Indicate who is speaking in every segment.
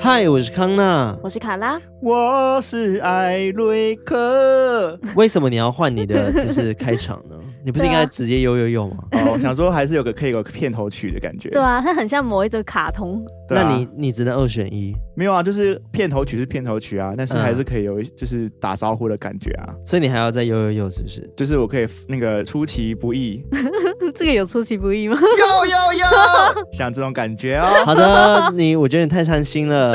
Speaker 1: 嗨，我是康娜。
Speaker 2: 我是卡拉，
Speaker 3: 我是艾瑞克。
Speaker 1: 为什么你要换你 的就是开场呢？你不是应该直接有有有吗？
Speaker 3: 哦，我想说还是有个可以有个片头曲的感觉。
Speaker 2: 对啊，它很像某一则卡通，
Speaker 3: 对啊
Speaker 1: 那你你只能二选一，
Speaker 3: 没有啊？就是片头曲是片头曲啊，但是
Speaker 1: 嗯
Speaker 3: 还是可以有一就是打招呼的感觉啊。
Speaker 1: 所以你还要再有有有，是不 是？
Speaker 3: 就是我可以那个出其 不意，
Speaker 2: 这个有出其不意吗？
Speaker 3: 有有有，像这种感觉 哦。
Speaker 1: 好的，你我觉得你太贪心了。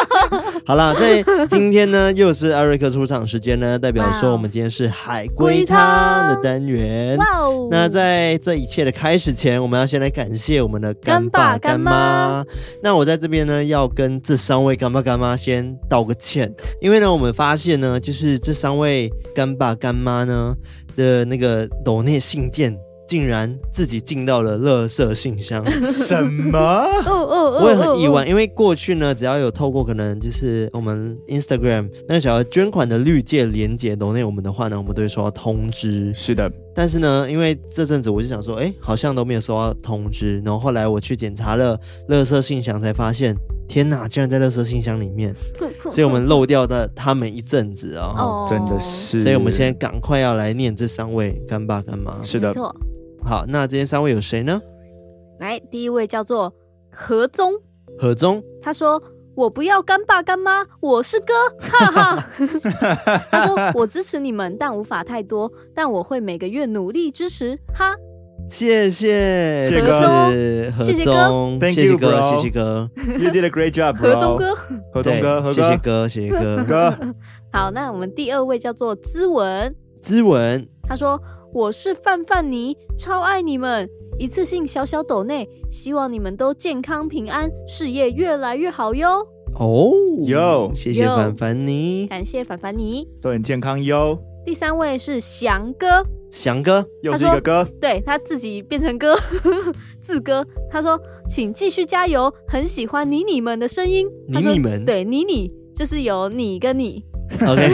Speaker 1: 好啦，在今天呢，又是艾瑞克出场时间呢，代表说我们今天是海龟汤的单元。
Speaker 2: 哇哦！
Speaker 1: 那在这一切的开始前，我们要先来感谢我们的干爸
Speaker 2: 干爸
Speaker 1: 干妈。那我在这边呢，要跟这三位干爸干妈先道个歉，因为呢，我们发现呢，就是这三位干爸干妈呢的那个抖内信件，竟然自己进到了垃圾信箱。
Speaker 3: 什么？
Speaker 2: 哦哦哦，
Speaker 1: 我也很意外，因为过去呢，只要有透过可能就是我们 Instagram 那个小额捐款的绿界连接抖内我们的话呢，我们都会收到通知。
Speaker 3: 是的，
Speaker 1: 但是呢，因为这阵子我就想说，哎，好像都没有收到通知。然后后来我去检查了垃圾信箱，才发现，天哪，竟然在垃圾信箱里 面，
Speaker 2: 哦，
Speaker 1: 所以我们漏掉的他们一阵子啊、
Speaker 2: 哦
Speaker 3: 真的 是。
Speaker 1: 所以我们现在赶快要来念这三位干爸干妈。
Speaker 3: 是的
Speaker 2: 没，错。
Speaker 1: 好，那这些三位有谁呢？
Speaker 2: 来，第一位叫做何宗，
Speaker 1: 何宗，
Speaker 2: 他说：“我不要干爸干妈，我是哥，哈哈。” 他说：“我支持你们，但无法太多，但我会每个月努力支持，哈。
Speaker 1: 谢谢，
Speaker 3: 谢谢
Speaker 1: 哥，何
Speaker 2: 谢谢
Speaker 1: 宗，
Speaker 3: Thank
Speaker 1: 谢谢
Speaker 3: you,
Speaker 1: 哥，
Speaker 3: bro
Speaker 1: 谢谢哥，
Speaker 3: You did a great job，”
Speaker 2: 何
Speaker 3: bro
Speaker 2: 宗，哥，
Speaker 1: 哦
Speaker 3: 何东哥，何
Speaker 1: 对谢谢
Speaker 3: 哥，
Speaker 1: 哥，谢谢 哥。
Speaker 3: 哥，
Speaker 2: 好，那我们第二位叫做资文，
Speaker 1: 之文，
Speaker 2: 他说：“我是范范妮，超爱你们！一次性小小抖内，希望你们都健康平安，事业越来越好哟！
Speaker 1: 哦
Speaker 3: Yo
Speaker 1: 谢谢
Speaker 2: Yo
Speaker 1: 凡凡妮，
Speaker 2: 感谢凡凡妮。
Speaker 3: 都很健康哟。”
Speaker 2: 第三位是翔哥，
Speaker 1: 翔哥，
Speaker 3: 又是一个哥，
Speaker 2: 对他自己变成哥， 字哥。他说：“请继续加油，很喜欢你你们的声音。”
Speaker 1: 你
Speaker 2: 他说
Speaker 1: 你们
Speaker 2: 对你你就是有你跟你，
Speaker 1: ，OK，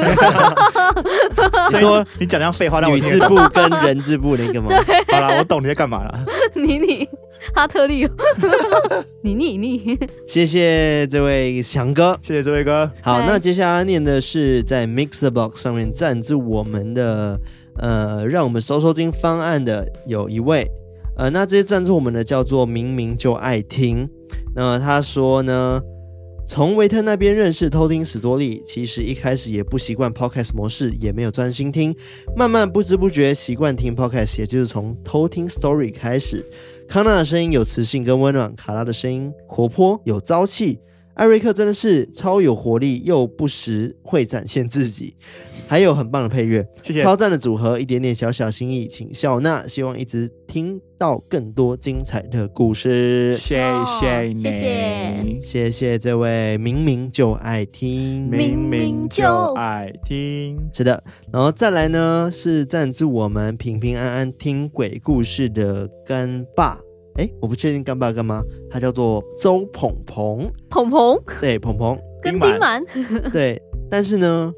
Speaker 3: 所以
Speaker 1: 说
Speaker 3: 你讲这样废话让我
Speaker 1: 女
Speaker 3: 听得
Speaker 1: 字
Speaker 3: 懂。
Speaker 1: 部跟人字部那个 吗？
Speaker 3: 好啦，我懂你在干嘛了。
Speaker 2: 你你哈特利哦， 你你 你，
Speaker 1: 谢谢这位翔哥。
Speaker 3: 谢谢这位哥，
Speaker 1: 好，
Speaker 2: 对
Speaker 1: 那接下来念的是在 Mixer Box 上面赞助我们的，呃，让我们收收金方案的有一位，呃，那这些赞助我们的叫做明明就爱听，那他说呢，从维特那边认识偷听史多利，其实一开始也不习惯 podcast 模式，也没有专心听，慢慢不知不觉习惯听 podcast，也就是从偷听 story 开始。康纳的声音有磁性跟温暖，卡拉的声音活泼有朝气，艾瑞克真的是超有活力又不时会展现自己，还有很棒的配乐，
Speaker 3: 谢谢。
Speaker 1: 超赞的组合，一点点小小心意，请笑纳，希望一直听到更多精彩的故事。
Speaker 3: 谢谢你，
Speaker 2: 谢谢
Speaker 1: 哦谢谢这位明明就爱听，
Speaker 3: 明明就爱听，
Speaker 1: 是的，然后再来呢是赞助我们平平安安听鬼故事的干爸，哎，我不确定干爸干妈，他叫做周鹏鹏，
Speaker 2: 鹏鹏
Speaker 1: 对，鹏鹏，
Speaker 2: 跟
Speaker 3: 丁满
Speaker 2: 丁满，
Speaker 1: 对，但是呢，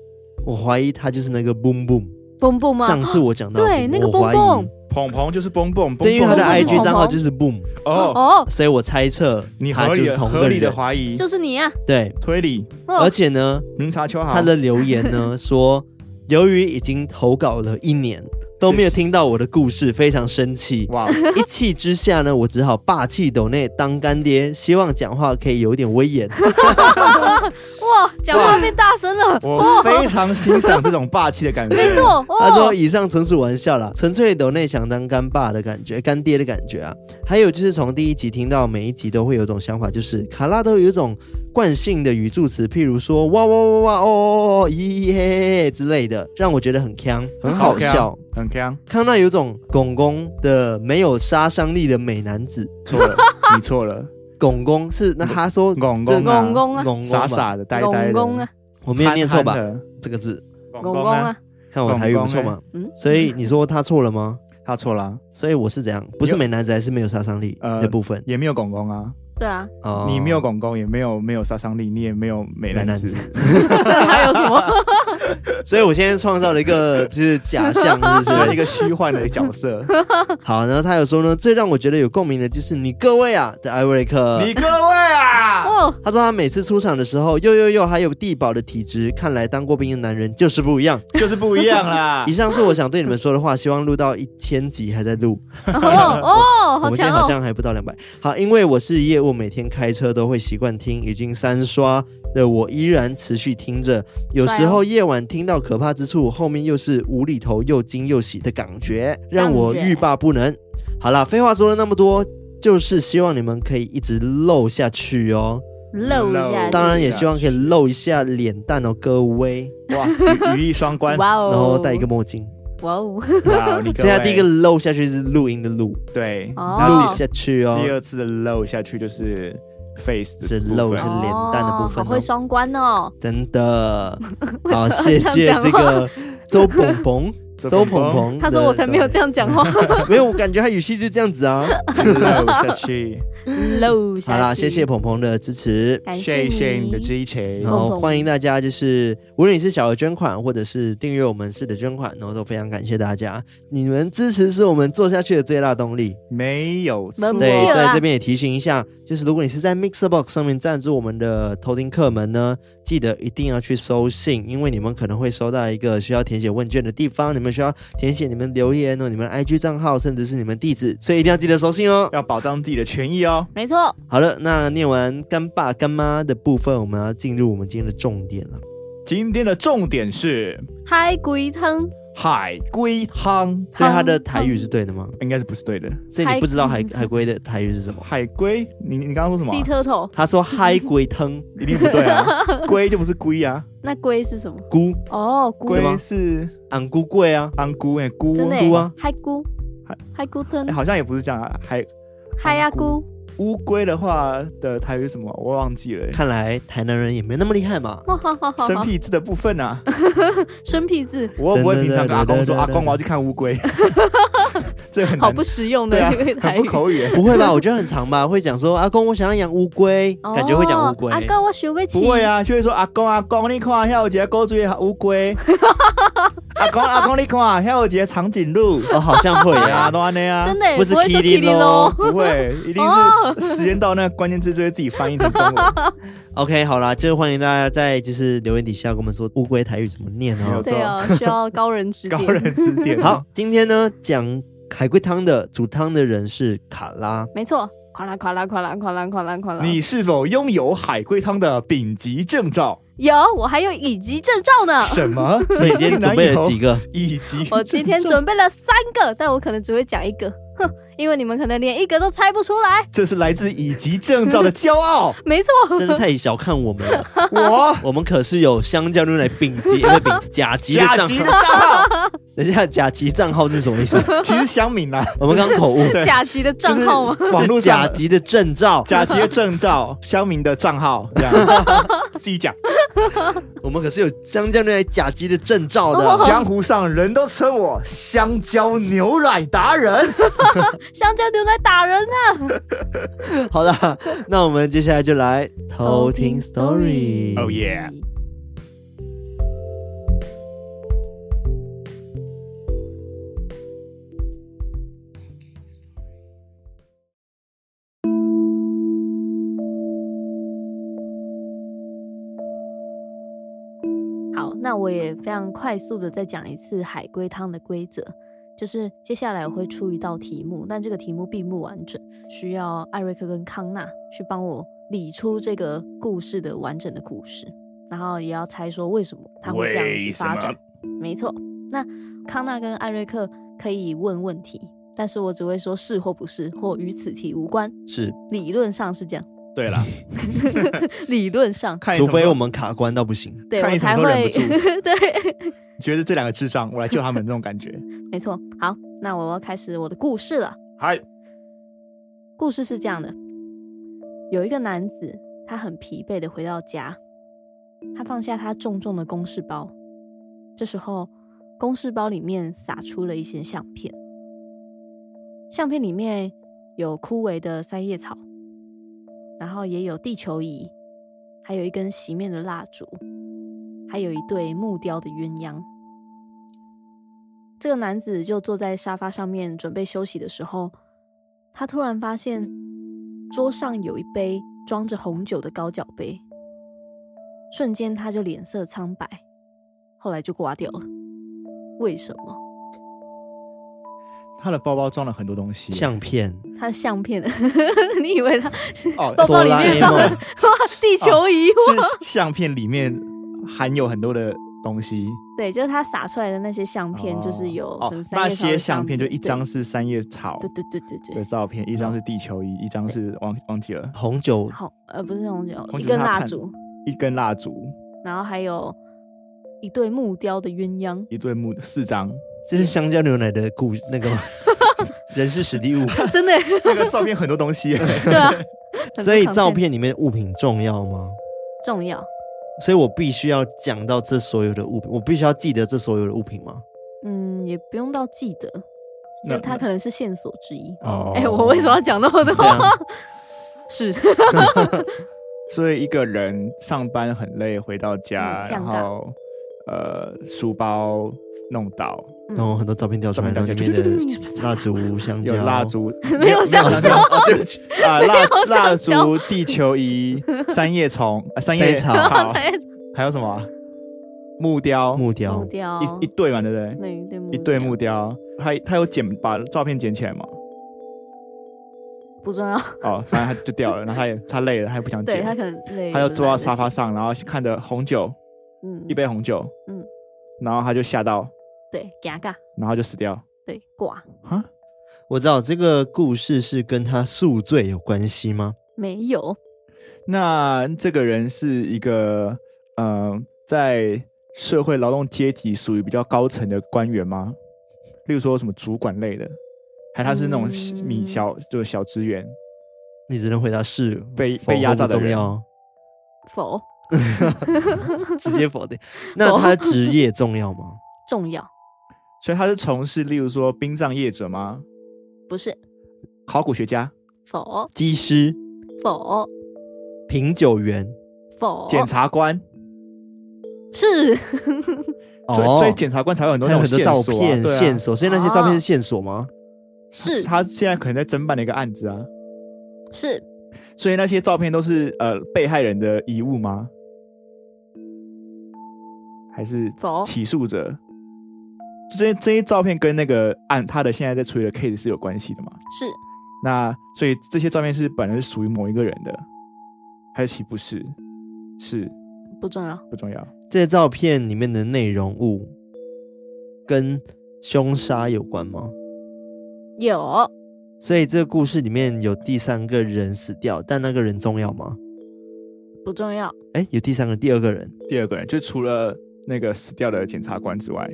Speaker 1: 我怀疑他就是那个 boom boom，
Speaker 2: 蹦蹦嘛，
Speaker 1: 上次我讲到
Speaker 2: 对
Speaker 1: 我
Speaker 2: 那个
Speaker 1: 我怀疑
Speaker 2: boom boom
Speaker 3: 鹏鹏就是蹦蹦，
Speaker 1: 对，因为他的
Speaker 2: 蹦蹦是
Speaker 1: IG
Speaker 2: 鹏
Speaker 1: 账号就是 boom，
Speaker 3: 哦，
Speaker 2: 哦，
Speaker 1: 所以我猜测
Speaker 3: 你
Speaker 1: 他
Speaker 3: 合
Speaker 1: 就
Speaker 3: 理
Speaker 1: 是
Speaker 3: 的
Speaker 1: 同
Speaker 3: 合
Speaker 1: 个
Speaker 3: 理的
Speaker 1: 人。
Speaker 3: 怀疑，
Speaker 2: 就是你啊，
Speaker 1: 对，
Speaker 3: 推理，
Speaker 2: 哦
Speaker 1: 而且呢，
Speaker 3: 明察秋毫，
Speaker 1: 他的留言 呢说，由于已经投稿了一年都没有听到我的故事，非常生 气。
Speaker 3: 哇，
Speaker 1: 一气之下呢，我只好霸气抖内当干爹，希望讲话可以有一点威严。
Speaker 2: 哇，讲话变大声了，
Speaker 3: 我非常欣赏这种霸气的感觉，
Speaker 2: 没错，哦，
Speaker 1: 他说：“以上纯属玩笑啦，纯粹抖内想当干爸的感觉，干爹的感觉啊。还有就是从第一集听到每一集都会有一种想法，就是卡拉都有一种惯性的语助词，譬如说哇哇哇哇哦哦哦咦咦嘿嘿嘿之类的，让我觉得很强，很好笑。
Speaker 3: 很强，
Speaker 1: 康纳有一种拱拱的没有杀伤力的美男子，
Speaker 3: 错 了，你错了，
Speaker 1: 拱拱是那他说
Speaker 3: 拱
Speaker 1: 这
Speaker 3: 拱
Speaker 1: 个
Speaker 2: 公公啊，
Speaker 1: 拱拱吧
Speaker 3: 傻，傻的，呆呆
Speaker 2: 公
Speaker 3: 的，
Speaker 2: 公啊，
Speaker 1: 我没有念错吧？
Speaker 3: 憨憨的？
Speaker 1: 这个字，
Speaker 3: 拱
Speaker 2: 公
Speaker 3: 公
Speaker 2: 公
Speaker 3: 啊，
Speaker 2: 啊，
Speaker 1: 看我台语不错
Speaker 3: 拱
Speaker 1: 嘛。
Speaker 2: 嗯，
Speaker 1: 所以你说他错了吗？”
Speaker 3: 他错了啊，
Speaker 1: 所以我是怎样？不是
Speaker 3: 有
Speaker 1: 美男子，还是没有杀伤力
Speaker 3: 呃
Speaker 1: 的部分？
Speaker 3: 也没有拱拱啊，
Speaker 2: 对啊，
Speaker 1: 哦
Speaker 3: 你没有拱拱，也没有没有杀伤力，你也没有
Speaker 1: 美
Speaker 3: 美男
Speaker 1: 男
Speaker 3: 子
Speaker 1: 子，
Speaker 2: 啊还有什么？
Speaker 1: 所以我现在创造了一个就是假象，是不
Speaker 3: 对，一
Speaker 1: 是？
Speaker 3: 个虚幻的角 色。
Speaker 1: 好，然后他有说呢，最让我觉得有共鸣的就是你各位啊的艾瑞克，
Speaker 3: 各位啊
Speaker 2: 哦，
Speaker 1: 他说他每次出场的时候，又又又还有地保的体质，看来当过兵的男人就是不一样。
Speaker 3: 就是不一 样啦
Speaker 1: 以。上是我想对你们说的话，希望录到一千集还在录，
Speaker 2: 哦 哦，
Speaker 1: 我
Speaker 2: 好
Speaker 1: 们现在
Speaker 2: 强
Speaker 1: 好
Speaker 2: 哦！
Speaker 1: 像还不到两百。好，因为我是业务，每天开车都会习惯听，已经三刷的我依然持续听着。有时
Speaker 2: 哦
Speaker 1: 候夜晚听到可怕之处，后面又是无厘头又惊又喜的感觉，让我欲罢不能。好啦，废话说了那么多。就是希望你们可以一直露下去哦，
Speaker 2: 露一下去，
Speaker 1: 当然也希望可以露一下脸蛋哦，各位，
Speaker 3: 哇，语语义双关。
Speaker 2: 哇哦，
Speaker 1: 然后戴一个墨镜。
Speaker 2: 哇哦，
Speaker 3: 好，你各
Speaker 1: 现
Speaker 3: 位
Speaker 1: 在第一个露下去是录音的录，
Speaker 3: 对，
Speaker 2: 哦
Speaker 3: 然
Speaker 1: 录
Speaker 3: 后
Speaker 1: 下去哦，
Speaker 3: 第二次的 low 下去就是 face 的
Speaker 1: 是
Speaker 3: 部分
Speaker 1: low 是脸蛋的部分哦
Speaker 2: 哦好会双关哦。
Speaker 1: 真 的。好，
Speaker 2: 要
Speaker 1: 谢
Speaker 2: 这
Speaker 1: 谢
Speaker 2: 样
Speaker 1: 这
Speaker 2: 讲话
Speaker 1: 个周鹏 鹏，周鹏
Speaker 3: 鹏
Speaker 1: 鹏的。
Speaker 2: 他说我才没有这样讲话，
Speaker 1: 没有，我感觉他语气就这样子 啊。
Speaker 3: low 下去，
Speaker 2: 露下
Speaker 1: 好
Speaker 2: 去。
Speaker 1: 啦，谢谢，鹏鹏的支持。
Speaker 2: 感谢
Speaker 3: 谢谢你的
Speaker 2: 持。
Speaker 3: 支持
Speaker 1: 然。后欢迎大家，就是无论你是小额捐款，或者是订阅我们式的捐款，然后都非常感谢大家，你们支持是我们做下去的最大动力。
Speaker 3: 没有错，
Speaker 2: 门
Speaker 1: 对，
Speaker 2: 对啊
Speaker 1: 在这边也提醒一下，就是如果你是在 Mixer Box 上面赞助我们的偷听客们呢，记得一定要去收信，因为你们可能会收到一个需要填写问卷的地方，你们需要填写你们留言哦，你们 IG 账号，甚至是你们地址，所以一定要记得收信哦。
Speaker 3: 要保障自己的权益哦。
Speaker 2: 没错，
Speaker 1: 好了，那念完干爸干妈的部分，我们要进入我们今天的重点了。
Speaker 3: 今天的重点是
Speaker 2: 嗨龟汤，
Speaker 3: 海龟汤，
Speaker 1: 所以他的台语是对的吗？
Speaker 3: 应该是不是对的？
Speaker 1: 所以你不知道海
Speaker 2: 海
Speaker 1: 海龟的台语是什么？
Speaker 3: 海龟，你你刚刚说什么
Speaker 2: sea
Speaker 3: 啊？
Speaker 2: turtle，
Speaker 1: 他说嗨龟汤
Speaker 3: 一定不对 啊！龟就不是龟啊，
Speaker 2: 那龟是什么？
Speaker 1: 菇，
Speaker 2: 哦，龟
Speaker 1: 什么
Speaker 3: 龟是
Speaker 1: 俺菇贵啊，
Speaker 3: 安菇哎，菇
Speaker 2: 真的
Speaker 1: 菇
Speaker 2: 耶
Speaker 1: 啊，
Speaker 2: 嗨菇
Speaker 3: 嗨，
Speaker 2: 嗨菇汤
Speaker 3: 哎，，好像也不是这样啊。海
Speaker 2: 嗨呀菇，
Speaker 3: 乌龟的话的台语是什么？我忘记了欸。
Speaker 1: 看来台南人也没那么厉害嘛。
Speaker 2: 哇哈哈哈
Speaker 3: 生
Speaker 2: 哈，
Speaker 3: 僻字的部 分啊，
Speaker 2: 生僻字，
Speaker 3: 我又不会平常跟阿公说，阿公我要去看 乌龟，这很
Speaker 2: 好
Speaker 3: 难
Speaker 2: 不实用的
Speaker 3: 对啊
Speaker 2: 一个，
Speaker 3: 很
Speaker 2: 台
Speaker 3: 不
Speaker 2: 语。
Speaker 3: 口语欸。
Speaker 1: 不会吧？我觉得很长吧，会讲说阿公，我想要养乌龟，感觉会讲乌龟
Speaker 2: 哦。阿哥，我学会起。
Speaker 3: 不会啊，就会说阿公阿公，你看，遐有一个狗嘴 乌龟。阿公阿公，你看，遐有一个长颈鹿。
Speaker 1: 哦，好像会
Speaker 3: 对啊，
Speaker 1: 啊。
Speaker 3: 都安尼啊
Speaker 2: 真，的耶
Speaker 1: 不是
Speaker 2: 会说
Speaker 1: Kiri
Speaker 2: Kiri 咯，哦
Speaker 3: 不会，一定是时间到那个关键字就会自己翻译成中文。
Speaker 1: OK，好啦，就欢迎大家在就是留言底下跟我们说乌龟台语怎么念
Speaker 3: 没
Speaker 1: 哦
Speaker 3: 有。
Speaker 2: 对啊，需要高人指
Speaker 3: 高
Speaker 2: 点。
Speaker 3: 人指点。
Speaker 1: 好，，今天呢讲海龟汤的煮汤的人是卡 拉，
Speaker 2: 没错，哗啦哗啦哗啦哗啦哗啦哗啦。
Speaker 3: 你是否拥有海龟汤的丙级证照？
Speaker 2: 有，我还有乙级证照 呢。
Speaker 3: 什 么？
Speaker 1: 所以今天准备了几个？
Speaker 3: 乙级？
Speaker 2: 啊我今天准备了三个，但我可能只会讲一个，哼，因为你们可能连一个都猜不出来。
Speaker 3: 这是来自乙级证照的骄 傲。
Speaker 2: 没错，
Speaker 1: 真的太小看我们 了，
Speaker 3: 我
Speaker 1: 我们可是有香蕉牛 奶丙级、呃不是丙级甲级的
Speaker 3: 甲
Speaker 1: 账
Speaker 3: 级的
Speaker 1: 号。
Speaker 3: 账号，
Speaker 1: 等一下，甲级账号是什 么意思？
Speaker 3: 其实乡民啦，
Speaker 1: 我们刚口误，
Speaker 3: 对
Speaker 2: 甲级的
Speaker 3: 就
Speaker 2: 账
Speaker 3: 是
Speaker 2: 号吗？
Speaker 3: 网络
Speaker 1: 是甲
Speaker 3: 上
Speaker 1: 级的证照。
Speaker 3: 甲级的证照，乡民的账号 这样自己讲。
Speaker 1: 我们可是有香蕉牛奶甲级的证照
Speaker 2: 哦
Speaker 1: 的。
Speaker 3: 江湖上人都称我香蕉牛奶 达人。
Speaker 2: 香蕉牛奶打人啊！
Speaker 1: 好了，那我们接下来就来偷听 story。
Speaker 3: Oh yeah
Speaker 2: 好，那我也非常快速的再讲一次海龟汤的规则，就是接下来我会出一道题目，但这个题目并不完整，需要艾瑞克跟康纳去帮我理出这个故事的完整的故事，然后也要猜说为什么它会这样
Speaker 3: 为
Speaker 2: 子
Speaker 3: 什
Speaker 2: 发
Speaker 3: 么
Speaker 2: 展。没错，那康纳跟艾瑞克可以问问题，但是我只会说是或不是，或与此题无关。
Speaker 1: 是，
Speaker 2: 理论上是这样，
Speaker 3: 对了，
Speaker 2: 理论上
Speaker 3: 看你
Speaker 1: 除
Speaker 3: 什么
Speaker 1: 非
Speaker 3: 时候
Speaker 1: 我们卡关到不行。
Speaker 2: 对
Speaker 3: 看
Speaker 2: 我
Speaker 3: 你什
Speaker 2: 才
Speaker 3: 么时候忍
Speaker 2: 会
Speaker 3: 不住，
Speaker 2: 对。
Speaker 3: 觉得这两个智障，我来救他们那种感觉。
Speaker 2: 没错，好，那我要开始我的故事了。
Speaker 3: 嗨，
Speaker 2: 故事是这样的：有一个男子，他很疲惫的回到家，他放下他重重的公事包。这时候，公事包里面撒出了一些相片，相片里面有枯萎的三叶草，然后也有地球仪，还有一根熄灭的蜡烛，还有一对木雕的鸳鸯。这个男子就坐在沙发上面准备休息的时候，他突然发现桌上有一杯装着红酒的高脚杯，瞬间他就脸色苍白，后来就挂掉了。为什么？
Speaker 3: 他的包包装了很多东西，
Speaker 1: 相片，
Speaker 2: 他的相片， 你以为他是
Speaker 3: 哦
Speaker 2: 包包
Speaker 1: 哆
Speaker 2: 里
Speaker 1: 啦 A
Speaker 2: 面放的
Speaker 1: 梦，
Speaker 2: 哇地球仪？
Speaker 3: 是相片里面含有很多的东西。
Speaker 2: 对，就是他撒出来的那些相片，就是有
Speaker 3: 哦
Speaker 2: 可能三叶
Speaker 3: 那
Speaker 2: 草的
Speaker 3: 些相片，就一张
Speaker 2: 对
Speaker 3: 是三叶草
Speaker 2: 对对对对
Speaker 3: 的
Speaker 2: 对，
Speaker 3: 照片，一张是地球仪，一张是忘忘记了，
Speaker 1: 红酒
Speaker 2: 好，呃，不是红酒，
Speaker 3: 红
Speaker 2: 一
Speaker 3: 酒
Speaker 2: 根
Speaker 3: 是他
Speaker 2: 蜡
Speaker 3: 看
Speaker 2: 烛，
Speaker 3: 一根蜡烛，
Speaker 2: 然后还有一对木雕的鸳鸯，
Speaker 3: 一对木四张。
Speaker 1: 这是香蕉牛奶的故那个吗？人是史蒂物，
Speaker 2: 真的
Speaker 3: 那个照片很多 东西，
Speaker 2: 对 啊，很
Speaker 1: 所以
Speaker 2: 多
Speaker 1: 照
Speaker 2: 卡
Speaker 1: 片里面物品重要吗？
Speaker 2: 重要，
Speaker 1: 所以我必须要讲到这所有的物品，我必须要记得这所有的物品吗？
Speaker 2: 嗯，也不用到记得，
Speaker 3: 那
Speaker 2: 那它可能是线索之一。
Speaker 1: 哦
Speaker 2: 哎、我为什么要讲那么多？
Speaker 1: 对啊
Speaker 2: 是，
Speaker 3: 所以一个人上班很累，回到家，
Speaker 2: 嗯
Speaker 3: 然
Speaker 2: 量大
Speaker 3: 后呃书包弄倒，
Speaker 1: 然后很多照片掉出来，然
Speaker 3: 照
Speaker 1: 后
Speaker 3: 片
Speaker 1: 里
Speaker 3: 掉
Speaker 1: 面
Speaker 3: 下去
Speaker 1: 的蜡烛、香蕉、
Speaker 3: 有蜡，烛，
Speaker 2: 没有香
Speaker 3: 蕉，哦对 不起啊，蜡
Speaker 2: 有香
Speaker 3: 蜡
Speaker 2: 蕉
Speaker 3: 烛、地 球仪、三叶虫、啊三叶
Speaker 1: 三
Speaker 2: 然 后
Speaker 3: 草，
Speaker 2: 嗯才
Speaker 3: 还有什么啊木雕，
Speaker 1: 木
Speaker 2: 木
Speaker 1: 雕，
Speaker 2: 雕，
Speaker 3: 一一对嘛，对不对？
Speaker 2: 那一对木，
Speaker 3: 一对木雕，他他有剪把照片剪起来嘛？
Speaker 2: 不重要，
Speaker 3: 哦，反正他就掉了，然后他也他累了，他也不想
Speaker 2: 对
Speaker 3: 剪，
Speaker 2: 他可能累了，
Speaker 3: 他就坐到沙发
Speaker 2: 懒得
Speaker 3: 上，然后看着红酒，
Speaker 2: 剪，嗯，
Speaker 3: 一杯红酒，
Speaker 2: 嗯，
Speaker 3: 然后他就吓到，
Speaker 2: 对，尴尬，
Speaker 3: 然后就死掉。
Speaker 2: 对，挂
Speaker 3: 啊，
Speaker 1: 我知道这个故事是跟他宿醉有关系吗？
Speaker 2: 没有，
Speaker 3: 那这个人是一个呃，在社会劳动阶级属于比较高层的官员吗？例如说什么主管类的，还他是那种
Speaker 2: 嗯
Speaker 3: 米小、就是小职员，
Speaker 1: 你只能回答是
Speaker 3: 被
Speaker 1: 否
Speaker 3: 被压榨
Speaker 1: 或
Speaker 3: 的
Speaker 1: 不重
Speaker 3: 人
Speaker 1: 要，
Speaker 2: 否
Speaker 1: 直接否定。那他职业重要吗？
Speaker 2: 重要，
Speaker 3: 所以他是从事例如说殡葬业者吗？
Speaker 2: 不是
Speaker 3: 考古学家、
Speaker 2: 否
Speaker 1: 技师、
Speaker 2: 否
Speaker 1: 品酒 员哦
Speaker 2: 否
Speaker 3: 检察官，
Speaker 2: 是
Speaker 3: 所以所以检察官才有很多
Speaker 1: 他
Speaker 3: 那
Speaker 1: 哦有
Speaker 3: 种
Speaker 1: 很多
Speaker 3: 线
Speaker 1: 照
Speaker 3: 索、啊
Speaker 1: 片、
Speaker 3: 对啊、
Speaker 1: 线索，所以那些照片
Speaker 2: 啊
Speaker 1: 是线索吗？
Speaker 2: 是
Speaker 3: 他现在可能在侦办的一个案子啊，
Speaker 2: 是
Speaker 3: 所以那些照片都是呃被害人的遗物吗？还是
Speaker 2: 否
Speaker 3: 起诉者？这些这些照片跟那个案他的现在在处理的 case 是有关系的嘛？
Speaker 2: 是
Speaker 3: 那所以这些照片是本来是属于某一个人的，还是岂不是？是
Speaker 2: 不重要，
Speaker 3: 不重要。
Speaker 1: 这些照片里面的内容物跟凶杀有关吗？
Speaker 2: 有
Speaker 1: 所以这个故事里面有第三个人死掉，但那个人重要吗？
Speaker 2: 不重要，
Speaker 1: 哎，有第三个、第二个人，
Speaker 3: 第二个人就除了那个死掉的检察官之外，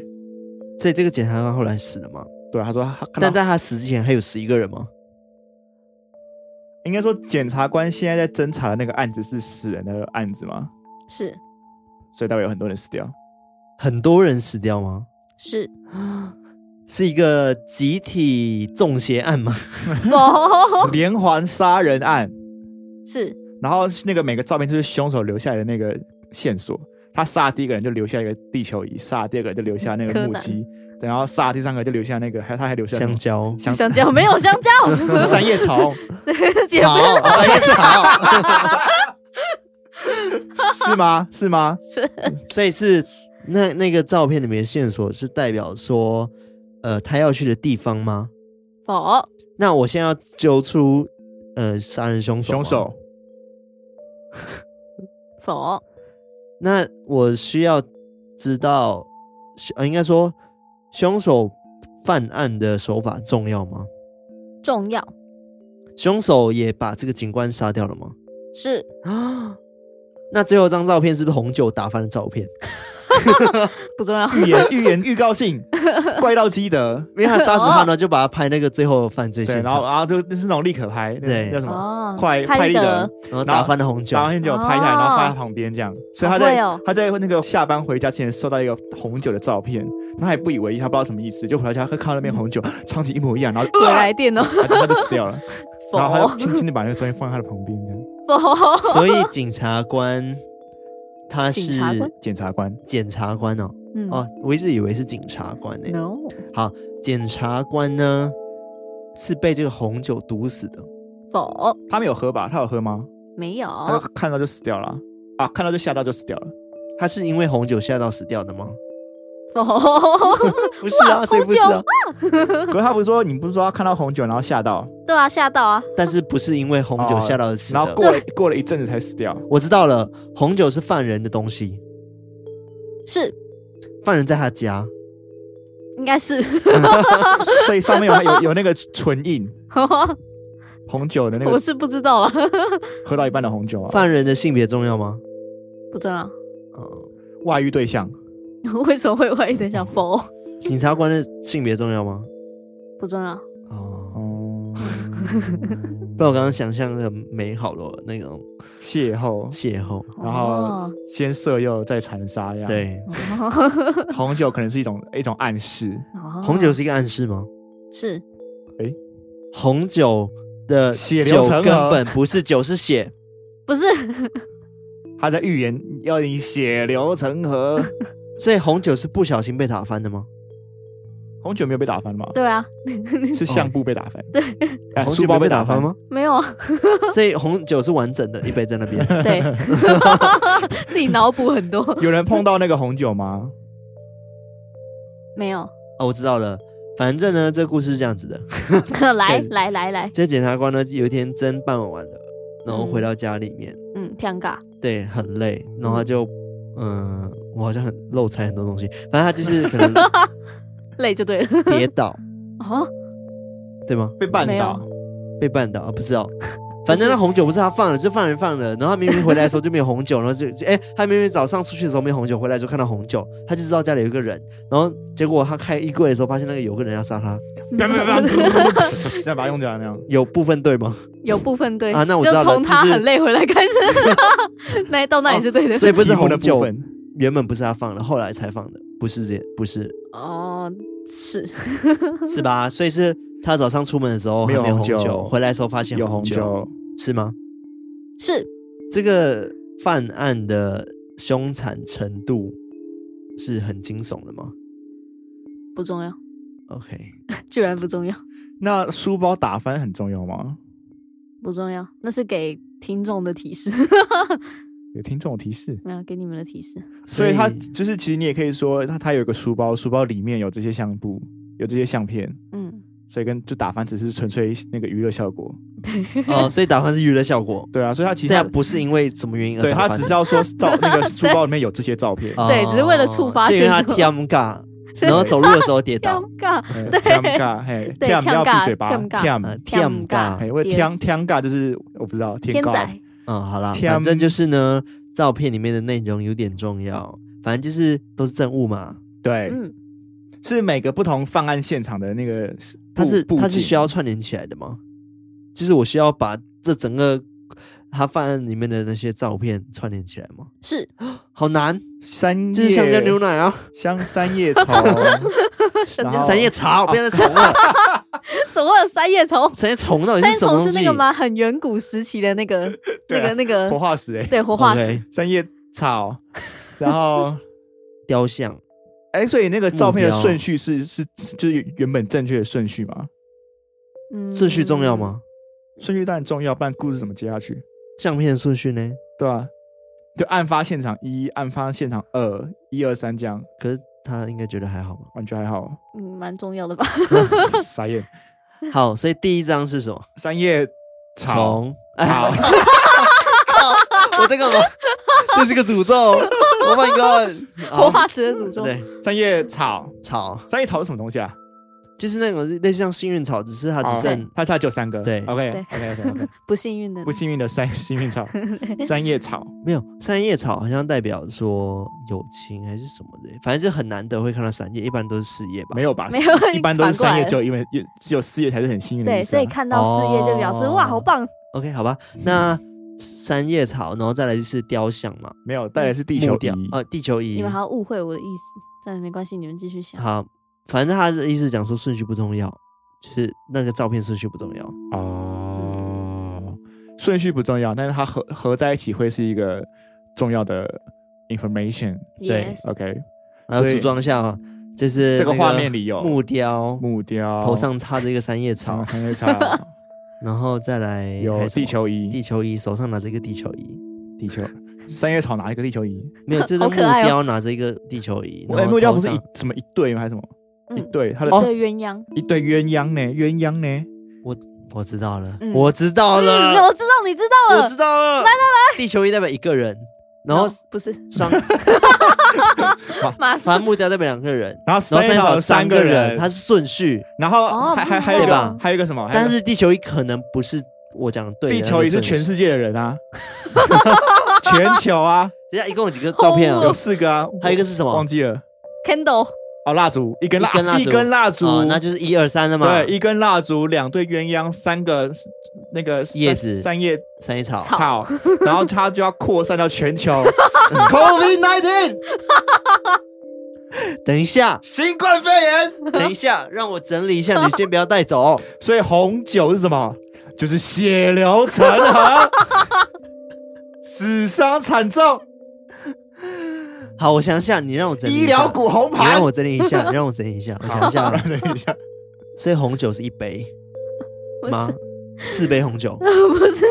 Speaker 1: 所以这个检察官后来死了吗？
Speaker 3: 对啊他说他看
Speaker 1: 但
Speaker 3: 到
Speaker 1: 在他死之前还有十一个人吗？
Speaker 3: 应该说检察官现在在侦查的那个案子是死人的案子嘛，
Speaker 2: 是
Speaker 3: 所以大概有很多人死掉。
Speaker 1: 很多人死掉吗？
Speaker 2: 是
Speaker 1: 是一个集体中邪案吗？
Speaker 2: 否
Speaker 3: 连环杀人案，
Speaker 2: 是
Speaker 3: 然后那个每个照片就是凶手留下来的那个线索。他杀第一个人就留下一个地球仪，杀第二个就留下那个
Speaker 2: 柯
Speaker 3: 木
Speaker 2: 南
Speaker 3: 屐，然后杀第三个就留下那个，还他还留下什
Speaker 1: 香
Speaker 3: 么
Speaker 1: 蕉、
Speaker 3: 香
Speaker 2: 香蕉没有香蕉，
Speaker 3: 是三叶草，
Speaker 2: 姐
Speaker 1: 草、三叶草，
Speaker 3: 是吗？是吗？
Speaker 1: 所以是那那个照片里面的线索是代表说，呃，他要去的地方吗？
Speaker 2: 否
Speaker 1: 那我现在要揪出呃杀人凶手吗
Speaker 3: 凶手
Speaker 2: 否
Speaker 1: 那我需要知道，呃，应该说凶手犯案的手法重要吗？
Speaker 2: 重要
Speaker 1: 凶手也把这个警官杀掉了吗？
Speaker 2: 是
Speaker 1: 啊，那最后一张照片是不是红酒打翻的照片？
Speaker 2: 不重要，
Speaker 3: 预言预言预告性， 怪盗基德，
Speaker 1: 因为他杀死他呢，就把他拍那个最后的犯罪
Speaker 3: 对，
Speaker 1: 现
Speaker 3: 然后
Speaker 1: 场，
Speaker 3: 然后就就是那种立可拍，那
Speaker 1: 对
Speaker 3: 叫什么？
Speaker 2: 哦，
Speaker 3: 快
Speaker 2: 拍
Speaker 3: 快立
Speaker 2: 的
Speaker 3: 得，
Speaker 1: 然后打翻的红酒
Speaker 3: 然，后就有拍下来，
Speaker 2: 哦
Speaker 3: 然后放在旁边这样，所以他
Speaker 2: 好会
Speaker 3: 在、
Speaker 2: 哦
Speaker 3: 他在那个下班回家前收到一个红酒的照片，他也不以为意，他不知道什么意思，就回到家看到那边红酒 场景一模一样，然后、
Speaker 2: 回
Speaker 3: 呃、
Speaker 2: 来电哦，
Speaker 3: 他就他就死掉 了， 然后他
Speaker 2: 否
Speaker 3: 就轻轻的把那个照片放在他的旁边，这样。
Speaker 2: 否
Speaker 1: 所以警察官他是
Speaker 2: 警察官
Speaker 3: 检察官
Speaker 1: 检察官哦，
Speaker 2: 嗯
Speaker 1: 哦，我一直以为是警察官呢、
Speaker 2: no
Speaker 1: 检察官呢是被这个红酒毒死的，
Speaker 2: 否
Speaker 3: 他没有喝吧？他有喝吗？
Speaker 2: 没有，
Speaker 3: 他就看到就死掉了啊，看到就吓到就死掉了。
Speaker 1: 他是因为红酒吓到死掉的吗？
Speaker 2: 否，
Speaker 1: 不是啊，
Speaker 2: 哇
Speaker 1: 所以不是啊
Speaker 2: 红。
Speaker 3: 可是他不是说你不是说他看到红酒然后吓到，
Speaker 2: 对啊，吓到啊，
Speaker 1: 但是不是因为红酒吓到的死的
Speaker 3: 然后过了过了一阵子才死掉，
Speaker 1: 我知道了，红酒是犯人的东西，
Speaker 2: 是
Speaker 1: 犯人在他家，
Speaker 2: 应该是，
Speaker 3: 所以上面有 有有那个唇印，红酒的那
Speaker 2: 我
Speaker 3: 个
Speaker 2: 是不知道了，啊
Speaker 3: 喝到一半的红酒啊，
Speaker 1: 犯人的性别重要吗？
Speaker 2: 不重要。
Speaker 1: 嗯，
Speaker 3: 外遇对象
Speaker 2: 为什么会怀疑的想否？
Speaker 1: 检察官的性别重要吗？
Speaker 2: 不重要，
Speaker 1: 哦，
Speaker 3: 哦，
Speaker 1: 被我刚刚想象的美好的那种
Speaker 3: 邂逅，
Speaker 1: 邂逅，
Speaker 3: 然
Speaker 2: 哦
Speaker 3: 后先色诱再残杀呀。，
Speaker 1: 对，
Speaker 3: 红酒可能是一种一种暗示，
Speaker 2: 哦
Speaker 1: 红酒是一个暗示吗？
Speaker 2: 是
Speaker 1: 红酒的
Speaker 3: 血
Speaker 1: 酒
Speaker 3: 流成河
Speaker 1: 根本不是酒，是血。
Speaker 2: 不是？
Speaker 3: 他在预言要你血流成 河。
Speaker 1: 所以红酒是不小心被打翻的吗？
Speaker 3: 红酒没有被打翻吗？
Speaker 2: 对啊，
Speaker 3: 是相簿被打翻，
Speaker 2: 对，
Speaker 3: 哎，
Speaker 1: 红
Speaker 3: 书
Speaker 1: 酒
Speaker 3: 包
Speaker 1: 没
Speaker 3: 被
Speaker 1: 被
Speaker 3: 打
Speaker 1: 打
Speaker 3: 翻
Speaker 1: 翻
Speaker 3: 吗？
Speaker 1: 吗？
Speaker 2: 没 有，啊，
Speaker 1: 所以红酒是完整的，一杯在那 边。
Speaker 2: 对，自己脑补很多，
Speaker 3: 有人碰到那个红 酒吗？
Speaker 2: 没有。
Speaker 1: 哦，我知道了。反正呢，这故事是这样子的。
Speaker 2: 来
Speaker 1: 对
Speaker 2: 来来来，
Speaker 1: 这检察官呢，有一天侦办完了，然后回到家里面，
Speaker 2: 嗯，尴尬，
Speaker 1: 对，很累，然后他就，嗯、我好像很漏猜很多东西，反正他就是可能
Speaker 2: 累就对了。
Speaker 1: 跌 倒，
Speaker 2: 哦，
Speaker 1: 对吗？
Speaker 3: 被绊
Speaker 2: 没
Speaker 3: 倒，
Speaker 2: 有
Speaker 1: 被绊倒，啊、不知 道。反正那红酒不是他放的，就放人放的。然后他明明回来的时候就没有红酒，然后就就哎、他明明早上出去的时候没红酒，回来就看到红酒，他就知道家里有一个人。然后结果他开衣柜的时候，发现那个有个人要杀他，
Speaker 3: 不要不要不要，这样把它用掉那样。
Speaker 1: 有部分对 吗？
Speaker 2: 有部分对
Speaker 1: 啊那我
Speaker 2: 就
Speaker 1: 知道了
Speaker 2: 从他
Speaker 1: 就是
Speaker 2: 很累回来 开始，那到那也是对的。
Speaker 1: 所以不是
Speaker 3: 题目
Speaker 1: 红
Speaker 3: 的部
Speaker 1: 酒
Speaker 3: 分，
Speaker 1: 原本不是他放的，后来才放的，不是这不 是
Speaker 2: 哦，是
Speaker 1: 是吧？所以是他早上出门的时候
Speaker 3: 没
Speaker 1: 还
Speaker 3: 有
Speaker 1: 没有红
Speaker 3: 红酒
Speaker 1: 酒，回来的时候发现
Speaker 3: 有红酒，
Speaker 1: 是吗？
Speaker 2: 是，
Speaker 1: 这个犯案的凶残程度是很惊悚的吗
Speaker 2: 不重要，
Speaker 1: ？OK，
Speaker 2: 居然不重要，
Speaker 3: 那书包打翻很重要吗？
Speaker 2: 不重要，那是给听众的提示，
Speaker 3: 有听这种提示，
Speaker 2: 没有给你们的提示。
Speaker 3: 所以他就是其实你也可以说，他他有一个书包，书包里面有这些相簿，有这些相片，
Speaker 2: 嗯，
Speaker 3: 所以跟就打翻只是纯粹那个娱乐效果。
Speaker 1: 哦，所以打翻是娱乐效果，
Speaker 3: 对啊，所以他其
Speaker 1: 这
Speaker 3: 实
Speaker 1: 样不是因为什么原因而
Speaker 3: 对
Speaker 1: 打
Speaker 3: 他
Speaker 1: 翻
Speaker 3: 只是要说 照那个书包里面有这些照片。
Speaker 1: 哦
Speaker 2: 对只是为了触发
Speaker 1: 就因为他
Speaker 2: 线索
Speaker 1: 跳尬，然后走路的时候跌倒
Speaker 2: 尴，尬，
Speaker 3: 嗯
Speaker 2: 对
Speaker 3: 天尬，嘿，
Speaker 2: 对
Speaker 3: 天不要
Speaker 2: 天尬
Speaker 3: 闭嘴巴，
Speaker 2: 天尬
Speaker 3: 天
Speaker 1: 呃，跳
Speaker 2: 跳
Speaker 1: 尬
Speaker 2: 尬，
Speaker 3: 哎，为
Speaker 2: 天
Speaker 3: 天天尬就是我不知道
Speaker 2: 天
Speaker 3: 尬
Speaker 2: 仔
Speaker 1: 嗯，好啦，
Speaker 3: 天
Speaker 1: 反正就是呢，照片里面的内容有点重要，反正就是都是证物嘛，
Speaker 3: 对，
Speaker 2: 嗯，
Speaker 3: 是每个不同犯案现场的那个
Speaker 1: 它
Speaker 3: 布，
Speaker 1: 是
Speaker 3: 布
Speaker 1: 它是
Speaker 3: 景
Speaker 1: 需要串联起来的吗？就是我需要把这整个他犯案里面的那些照片串联起来吗？
Speaker 2: 是
Speaker 1: 好难，
Speaker 3: 三
Speaker 1: 这是香蕉
Speaker 3: 叶
Speaker 1: 牛奶啊，
Speaker 3: 香三 叶草，然后
Speaker 1: 三叶草，不要再重了，
Speaker 2: 怎么会有三叶虫？
Speaker 1: 三叶虫到底
Speaker 2: 三
Speaker 1: 哦是
Speaker 2: 叶
Speaker 1: 什么
Speaker 2: 虫
Speaker 1: 东
Speaker 2: 是
Speaker 1: 西
Speaker 2: 那个？吗？很远古时期的那 个那
Speaker 3: 对啊
Speaker 2: 个那个
Speaker 3: 活，化石哎，
Speaker 2: 对，活化石
Speaker 1: OK，
Speaker 3: 三叶 草，然后
Speaker 1: 雕像，
Speaker 3: 哎，所以那个照片
Speaker 1: 目
Speaker 3: 的
Speaker 1: 标
Speaker 3: 顺序是是就是原本正确的顺序嘛？
Speaker 2: 嗯
Speaker 1: 顺序重要？吗？
Speaker 3: 顺序当然重要，不然故事怎么接下去？
Speaker 1: 相片的顺序呢？
Speaker 3: 对啊，就案发现场一、案发现场二、一二三这样，
Speaker 1: 可是他应该觉得还好吧？
Speaker 3: 完全还好。
Speaker 2: 嗯，蛮重要的吧？
Speaker 3: 傻眼，
Speaker 1: 好，所以第一张是什么？
Speaker 3: 三叶草
Speaker 1: 虫。
Speaker 3: 草，
Speaker 1: 靠！我在 干嘛？这是个诅咒！Oh my god！
Speaker 2: 活
Speaker 1: 好
Speaker 2: 化石的诅咒，
Speaker 1: 对
Speaker 3: 三叶草，
Speaker 1: 草
Speaker 3: 三叶草是什么东西啊？
Speaker 1: 就是那种类似像幸运草，只是它只剩
Speaker 2: 啊
Speaker 3: 哦它它只有三个。
Speaker 1: 对
Speaker 3: ，OK OK OK OK，
Speaker 2: 不幸运的
Speaker 3: 不幸运的三幸运草，三叶草。
Speaker 1: 没有三叶草，好像代表说友情还是什么的，反正就很难得会看到三叶，一般都是四叶吧
Speaker 3: 没。有吧？
Speaker 2: 没有
Speaker 3: 一般都是
Speaker 2: 反过
Speaker 3: 三
Speaker 2: 来
Speaker 3: 叶，
Speaker 2: 了
Speaker 3: 只有因为只有四叶才是很幸运的意
Speaker 2: 对，
Speaker 3: 思
Speaker 2: 所
Speaker 3: 啊。
Speaker 2: 以看到四叶就表示
Speaker 1: 哦
Speaker 2: 哇，好棒！
Speaker 1: OK，好吧，那三叶草，然后再来就是雕像嘛，
Speaker 3: 没有带来是地球
Speaker 1: 木雕
Speaker 3: 仪，
Speaker 1: 呃，地球仪
Speaker 2: 你们。好像误会我的意思，但没关系，你们继续想。
Speaker 1: 好，反正他的意思讲说顺序不重要，就是那个照片顺序不重要。
Speaker 3: 哦，顺序不重要，但是它合合在一起会是一个重要的 information。
Speaker 1: 对
Speaker 2: Yes
Speaker 3: OK，
Speaker 1: 然后
Speaker 3: 所以
Speaker 1: 组装一下啊，就是
Speaker 3: 这个
Speaker 1: 那
Speaker 3: 画面里有
Speaker 1: 木雕，
Speaker 3: 木雕，
Speaker 1: 头上插着一个三叶草
Speaker 3: 草，，三叶草，
Speaker 1: 然后再来还
Speaker 3: 有
Speaker 1: 有什
Speaker 3: 地
Speaker 1: 么
Speaker 3: 球仪
Speaker 1: 地，球仪，手上拿着一个地球仪，
Speaker 3: 地球三叶草拿一个地球仪，
Speaker 1: 没有，这个
Speaker 2: 好
Speaker 1: 目
Speaker 2: 可爱哦
Speaker 1: 标拿着一个地球仪，
Speaker 3: 哎，
Speaker 1: 然后
Speaker 3: 木雕
Speaker 1: 头
Speaker 3: 不是
Speaker 1: 上哦
Speaker 3: 一什么一对吗？还是什么
Speaker 2: 嗯
Speaker 3: 一对？它的
Speaker 2: 一对鸳鸯，
Speaker 3: 一对鸳鸯呢？鸳鸯呢？
Speaker 1: 我知道了，
Speaker 2: 嗯
Speaker 1: 我知道
Speaker 2: 嗯，
Speaker 1: 了，
Speaker 2: 我知道，你知道
Speaker 1: 我
Speaker 2: 了
Speaker 1: 知，道了，来来来，地球仪代表一个人，然后
Speaker 2: 哦不是
Speaker 1: 上
Speaker 2: 马
Speaker 1: 反
Speaker 2: 上
Speaker 1: 正木雕代表两 个人，
Speaker 3: 然后
Speaker 1: 然
Speaker 3: 三
Speaker 1: 后三
Speaker 3: 叶草
Speaker 1: 角
Speaker 3: 有
Speaker 1: 三
Speaker 3: 三
Speaker 1: 个
Speaker 3: 个
Speaker 1: 人，
Speaker 3: 人，
Speaker 1: 它是顺序，
Speaker 3: 然后
Speaker 2: 哦
Speaker 3: 还还
Speaker 2: 不
Speaker 3: 还有一
Speaker 1: 对吧
Speaker 3: 个还有一个什么？还有一
Speaker 1: 但
Speaker 3: 个
Speaker 1: 是地球仪可能不是我讲的对的
Speaker 3: 地
Speaker 1: 那个顺
Speaker 3: 球
Speaker 1: 序，
Speaker 3: 仪是全世界的人啊， 全球啊，
Speaker 1: 等一下一共有几个照片
Speaker 2: 哦
Speaker 1: 啊
Speaker 3: 有？四个啊，
Speaker 1: 还有一个是什么？哦
Speaker 3: 忘记了
Speaker 2: Kendall，
Speaker 3: 哦，蜡烛一根蜡
Speaker 1: 一根蜡烛
Speaker 3: 一根蜡烛
Speaker 1: 啊，，那就是一二三了嘛。
Speaker 3: 对，一根蜡烛，两对鸳鸯，三个那个三
Speaker 1: 叶子
Speaker 3: 三叶
Speaker 1: 三叶草。
Speaker 3: 草，然后它就要扩散到 全球，
Speaker 1: COVID nineteen。等一下，
Speaker 3: 新冠肺炎。
Speaker 1: 等一下，让我整理一下，你先不要带走。
Speaker 3: 所以红酒是什么？就是血流成 河，死伤惨重，
Speaker 1: 好，我想想，你让我整理一下
Speaker 3: 医疗股红
Speaker 1: 你
Speaker 3: 盘
Speaker 1: 让。我整理一下，你让我整理一 下，我想一下
Speaker 3: 好
Speaker 1: 啊。
Speaker 3: 等一下，
Speaker 1: 所以红酒是一杯
Speaker 2: 不
Speaker 1: 吗
Speaker 2: 是？
Speaker 1: 四杯红酒，
Speaker 2: 不是，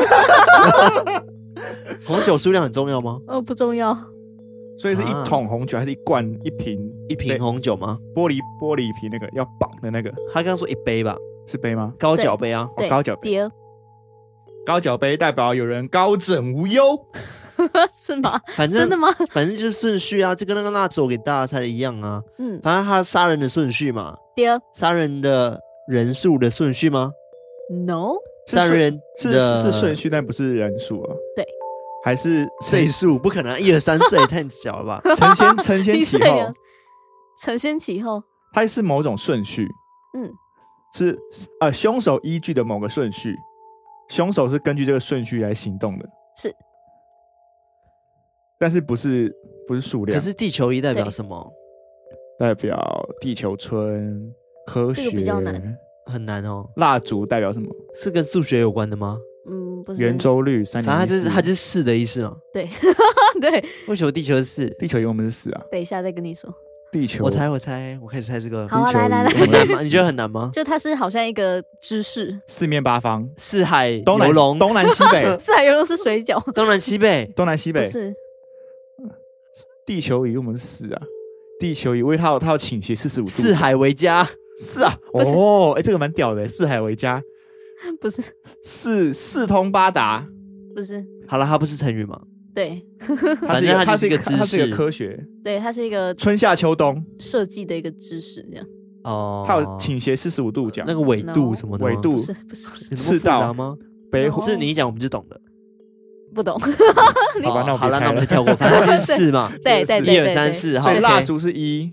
Speaker 1: 红酒数量很重要吗？
Speaker 2: 哦，不重要，
Speaker 3: 所以是
Speaker 1: 啊
Speaker 3: 一桶红酒，还是一罐、一瓶、
Speaker 1: 一瓶
Speaker 3: 对
Speaker 1: 红酒吗？
Speaker 3: 玻璃玻璃瓶那个要绑的那个
Speaker 1: 他刚刚说一杯吧，
Speaker 3: 是杯吗？
Speaker 1: 高脚杯啊。
Speaker 3: 哦
Speaker 2: 对，
Speaker 3: 高脚杯，
Speaker 2: 第二
Speaker 3: 高脚杯代表有人高枕无忧。
Speaker 2: 是吗？
Speaker 1: 反
Speaker 2: 真
Speaker 1: 正
Speaker 2: 的吗？
Speaker 1: 反正就是顺序啊，这跟那个蜡烛我给大家猜的一样啊。
Speaker 2: 嗯，
Speaker 1: 反正他杀人的顺序嘛，
Speaker 2: 第二
Speaker 1: 杀人的人数的顺序吗？
Speaker 2: ，no，
Speaker 3: 是
Speaker 1: 杀
Speaker 3: 顺
Speaker 1: 人
Speaker 3: 是
Speaker 1: 的
Speaker 3: 是是顺序，但不是人数啊。
Speaker 2: 对，
Speaker 3: 还是
Speaker 1: 岁数 不可能啊，一二三岁太小 了吧？
Speaker 3: 承先承先
Speaker 2: 第
Speaker 3: 启
Speaker 2: 四
Speaker 3: 后
Speaker 2: 个，，承先启后，
Speaker 3: 它是某种顺序，
Speaker 2: 嗯，
Speaker 3: 是呃凶手依据的某个顺序，凶手是根据这个顺序来行动的，
Speaker 2: 是，
Speaker 3: 但是不是不是数
Speaker 1: 可
Speaker 3: 量，
Speaker 1: 是地球仪代表
Speaker 2: 对
Speaker 1: 什么？
Speaker 3: 代表地球村科
Speaker 2: 这
Speaker 3: 学
Speaker 2: 个比较难。
Speaker 1: 很难哦，
Speaker 3: 蜡烛代表什么？
Speaker 1: 是跟数学有关的吗？
Speaker 2: 嗯，不是，
Speaker 3: 圆周率三
Speaker 1: 反正它
Speaker 3: 零
Speaker 1: 就是
Speaker 3: 四，
Speaker 1: 它就是四的意思啊。
Speaker 2: 对，对，
Speaker 1: 为什么地球是四？
Speaker 3: 地球仪我们是四啊，
Speaker 2: 等一下再跟你说。
Speaker 3: 地球
Speaker 1: 我猜，我猜，我开始猜这个
Speaker 2: 好啊
Speaker 3: 地球仪
Speaker 2: 来来来
Speaker 3: 我
Speaker 1: 很
Speaker 3: 们
Speaker 1: 难
Speaker 3: 是
Speaker 1: 吗？ 你觉得很难吗？
Speaker 2: 就它是好像一个芝士，
Speaker 3: 四面八方，
Speaker 1: 四海
Speaker 3: 东
Speaker 1: 游
Speaker 3: 南
Speaker 1: 龙，，
Speaker 3: 东南西北
Speaker 2: 是还有肉是水饺，
Speaker 1: 东南西北，
Speaker 3: 东南西
Speaker 2: 不
Speaker 3: 北，
Speaker 2: 是
Speaker 3: 地球仪我们是四啊，地球仪因为它有它有倾斜四十五度，
Speaker 1: 四海为家，
Speaker 3: 是啊，
Speaker 2: 不是
Speaker 3: 哦，哎、这个蛮屌的，四海为家，
Speaker 2: 不是
Speaker 3: 四四通八达，
Speaker 2: 不是，
Speaker 1: 好了，它不是成语嘛？
Speaker 2: 对
Speaker 3: 它
Speaker 1: 反
Speaker 3: 是一个
Speaker 1: 正它
Speaker 3: 它
Speaker 1: 就是
Speaker 3: 是
Speaker 1: 一
Speaker 3: 一
Speaker 1: 个知识
Speaker 3: 个它是一个科学，
Speaker 2: 对，它是一个
Speaker 3: 春夏秋冬，
Speaker 2: 设计的一个知识，这样
Speaker 1: 哦，
Speaker 3: 它有倾斜四十五度角，
Speaker 1: 那个纬度
Speaker 2: No
Speaker 1: 什么的吗，
Speaker 3: 纬度
Speaker 2: 不是不是不是
Speaker 1: 有那么复
Speaker 3: 赤
Speaker 1: 杂
Speaker 3: 道
Speaker 1: 吗？
Speaker 3: 北
Speaker 2: 哦
Speaker 1: 是你一讲我们就懂的。
Speaker 2: 不懂，，
Speaker 3: 你把那
Speaker 1: 哦
Speaker 3: 我
Speaker 1: 好了，
Speaker 3: 别猜
Speaker 1: 那我们
Speaker 3: 了
Speaker 1: 就跳过，反正 就是四嘛
Speaker 2: 对对对
Speaker 1: 一
Speaker 2: 对
Speaker 1: 二
Speaker 2: 对，
Speaker 1: 三四，好
Speaker 3: 所以
Speaker 1: OK
Speaker 3: 蜡烛是一，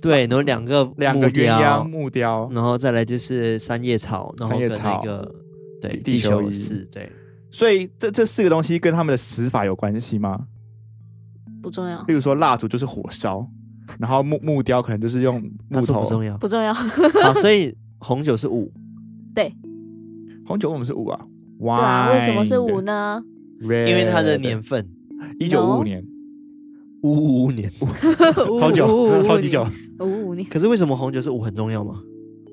Speaker 1: 对，然后两个
Speaker 3: 两个
Speaker 1: 木
Speaker 3: 鸳
Speaker 1: 雕
Speaker 3: 鸯木雕，
Speaker 1: 然后再来就是三叶草，然后
Speaker 3: 三叶
Speaker 1: 跟那
Speaker 3: 草
Speaker 1: 个对
Speaker 3: 地
Speaker 1: 地
Speaker 3: 地球
Speaker 1: 球
Speaker 3: 仪
Speaker 1: 四，对，
Speaker 3: 所以这这四个东西跟他们的死法有关系吗？
Speaker 2: 不重要
Speaker 3: 例如说蜡烛就是火烧，然后木木雕可能就是用
Speaker 1: 他
Speaker 3: 木
Speaker 1: 说
Speaker 3: 头
Speaker 1: 不，重 要。
Speaker 2: 不重要，
Speaker 1: 好，所以红酒是五，
Speaker 3: 红酒我们是五啊，
Speaker 2: 对
Speaker 3: 哇、
Speaker 2: 啊，为什么是五呢？
Speaker 1: 因
Speaker 3: 因
Speaker 1: 为它的年份
Speaker 3: 一九五五年，
Speaker 1: 五五五年。
Speaker 2: 哦
Speaker 3: 超
Speaker 2: 五
Speaker 3: 久，
Speaker 2: 五
Speaker 3: 超级久，
Speaker 2: 五五年，
Speaker 1: 可是为什么红酒是五很重要吗？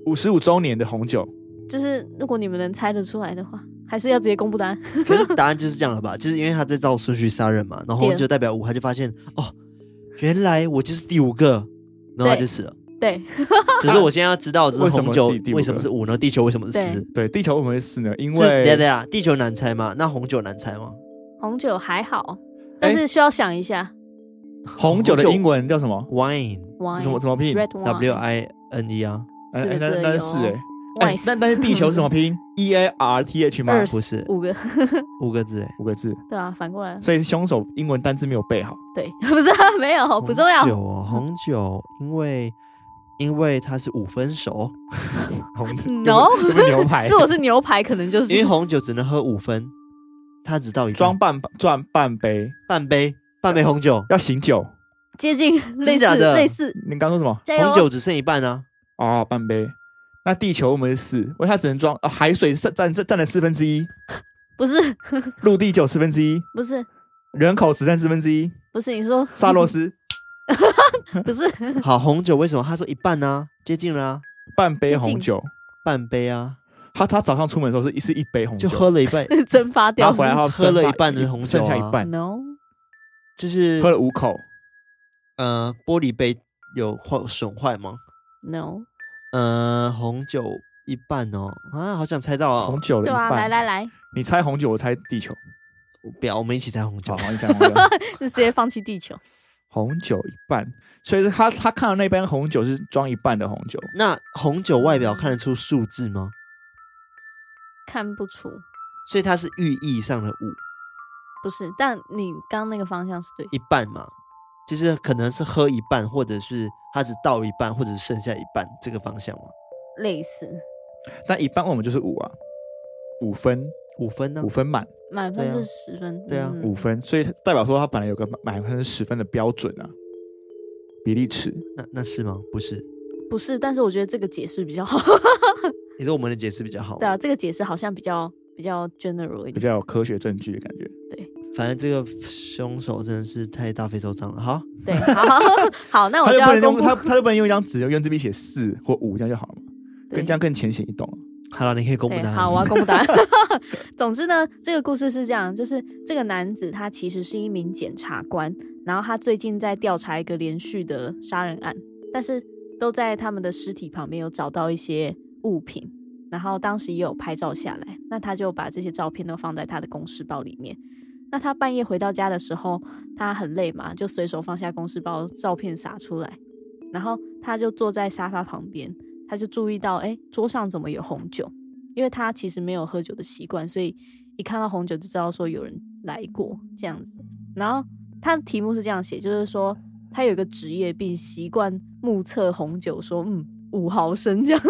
Speaker 3: 五十五周年的红酒。
Speaker 2: 就是如果你们能猜得出来的话，还是要直接公布答案。
Speaker 1: 可是答案就是这样了吧？就是因为他在照顺序杀人嘛，然后红
Speaker 2: 对
Speaker 1: 酒代表五，他就发现哦，原来我就是第五个，然后他
Speaker 2: 对
Speaker 1: 就死了。
Speaker 2: 对，
Speaker 1: 只是我现在要知道，就是
Speaker 3: 为什么
Speaker 1: 红酒
Speaker 3: 是第五个
Speaker 1: 为什么是五，然后地球为什么是
Speaker 2: 对
Speaker 1: 四？
Speaker 3: 对，地球为什么会死呢？因
Speaker 1: 是等一下等一
Speaker 3: 为
Speaker 1: 下，啊地球难猜吗？那红酒难猜吗？
Speaker 2: 红酒还好，但
Speaker 3: 哎
Speaker 2: 是需要想一下。
Speaker 3: 红酒的英文叫什么？
Speaker 1: wine
Speaker 2: 哇，
Speaker 3: 什么什么拼？
Speaker 2: red
Speaker 1: w
Speaker 2: wine
Speaker 1: i n e 啊，
Speaker 3: 哎
Speaker 2: 四个
Speaker 3: 哎
Speaker 2: 字
Speaker 3: 那
Speaker 2: 而
Speaker 3: 那
Speaker 2: 已
Speaker 3: 是
Speaker 2: 哦
Speaker 3: 四哎哎，那但是地球是什么拼 ？E A R T H 吗
Speaker 2: 二？
Speaker 1: 不是
Speaker 2: 五个，
Speaker 1: 五个字哎。
Speaker 3: 五个字，
Speaker 2: 对啊，反过来，
Speaker 3: 所以凶手英文单字没有背好。
Speaker 2: 对， 不是啊没有不重要
Speaker 1: 红。酒哦，红酒，因为因为它是五分熟，
Speaker 3: 红
Speaker 2: 嗯 No
Speaker 3: 有没有牛排
Speaker 2: 如，果是牛排，可能就是
Speaker 1: 因为红酒只能喝五分，它只到一半
Speaker 3: 装半赚半杯，
Speaker 1: 半杯，半杯红酒，
Speaker 3: 要醒酒。
Speaker 2: 接近类
Speaker 1: 假
Speaker 2: 似
Speaker 1: 的
Speaker 2: 类似，
Speaker 3: 你刚说什么？
Speaker 2: 加油
Speaker 1: 红！酒只剩一半 啊。
Speaker 3: 哦，半杯。那地球我们是四，为它只能装哦，海水是占占占了四分之一，
Speaker 2: 不是
Speaker 3: 陆地只有四分之一，
Speaker 2: 不是
Speaker 3: 人口只占四分之一。
Speaker 2: 不是，你说
Speaker 3: 萨 洛斯
Speaker 2: 不是
Speaker 1: 好，红酒为什么他说一半呢、接近了啊，
Speaker 3: 半杯
Speaker 2: 接近
Speaker 3: 红酒，
Speaker 1: 半杯啊，
Speaker 3: 他他早上出门的时候是一是一杯红酒，
Speaker 1: 就喝了一半，
Speaker 2: 蒸发
Speaker 3: 然
Speaker 2: 掉
Speaker 3: 后回来后
Speaker 1: 喝了一半的红酒啊
Speaker 3: 剩下一半，
Speaker 2: ，no，
Speaker 1: 就是
Speaker 3: 喝了五口，
Speaker 1: 呃玻璃杯有坏损坏吗？
Speaker 2: no，
Speaker 1: 呃，红酒一半哦，啊，好想猜到
Speaker 3: 红
Speaker 1: 哦，
Speaker 3: 酒了
Speaker 2: 对
Speaker 3: 一
Speaker 2: 啊，
Speaker 3: 半。
Speaker 2: 来来，来，
Speaker 3: 你猜红酒，我猜地球。
Speaker 1: 不要，我们一起猜红酒
Speaker 3: 好，。你猜红 酒，
Speaker 2: 就直接放弃地球。
Speaker 3: 红酒一半，所以是他他看到那杯红酒是装一半的红酒，
Speaker 1: 那红酒外表看得出数字吗？
Speaker 2: 看不出，
Speaker 1: 所以它是寓意上的五
Speaker 2: 不是，但你刚刚那个方向是对的，
Speaker 1: 一半嘛，就是可能是喝一半，或者是它只倒一半，或者是剩下一半这个方向嘛。
Speaker 2: 类似
Speaker 3: 但一半我们就是五啊，五分
Speaker 1: 五分呢、
Speaker 3: 五分满
Speaker 2: 满
Speaker 1: 对
Speaker 2: 分
Speaker 1: 啊
Speaker 2: 是十分，
Speaker 1: 对啊
Speaker 2: 嗯
Speaker 3: 五分，所以代表说他本来有个满分是十分的标准啊，比例尺。
Speaker 1: 那那是吗？不是，
Speaker 2: 不是，但是我觉得这个解释比较好，
Speaker 1: 你说我们的解释比较好。
Speaker 2: 对啊，这个解释好像比较比较 general 一
Speaker 3: 比
Speaker 2: 点，
Speaker 3: 较有科学证据的感觉。
Speaker 1: 反正这个凶手真的是太大费周章了。好，
Speaker 2: 对，好 好，那我
Speaker 3: 他
Speaker 2: 就
Speaker 3: 就不
Speaker 2: 要
Speaker 3: 能
Speaker 2: 公
Speaker 3: 用
Speaker 2: 布，
Speaker 3: 他他就不能用一张纸，用这笔写四或五这样就好了嘛，
Speaker 2: 对
Speaker 3: 跟这样更浅显易懂。
Speaker 1: 好了，你可以公布
Speaker 2: 对，
Speaker 1: 答案。
Speaker 2: 好，我要公布答案。 总之呢，这个故事是这样，就是这个男子他其实是一名检察官，然后他最近在调查一个连续的杀人案，但是都在他们的尸体旁边有找到一些物品，然后当时也有拍照下来，那他就把这些照片都放在他的公事包里面。那他半夜回到家的时候，他很累嘛，就随手放下公事包，照片撒出来，然后他就坐在沙发旁边，他就注意到，哎，桌上怎么有红酒？因为他其实没有喝酒的习惯，所以一看到红酒就知道说有人来过这样子。然后他的题目是这样写，就是说他有一个职业病，习惯目测红酒说，嗯，五毫升这样。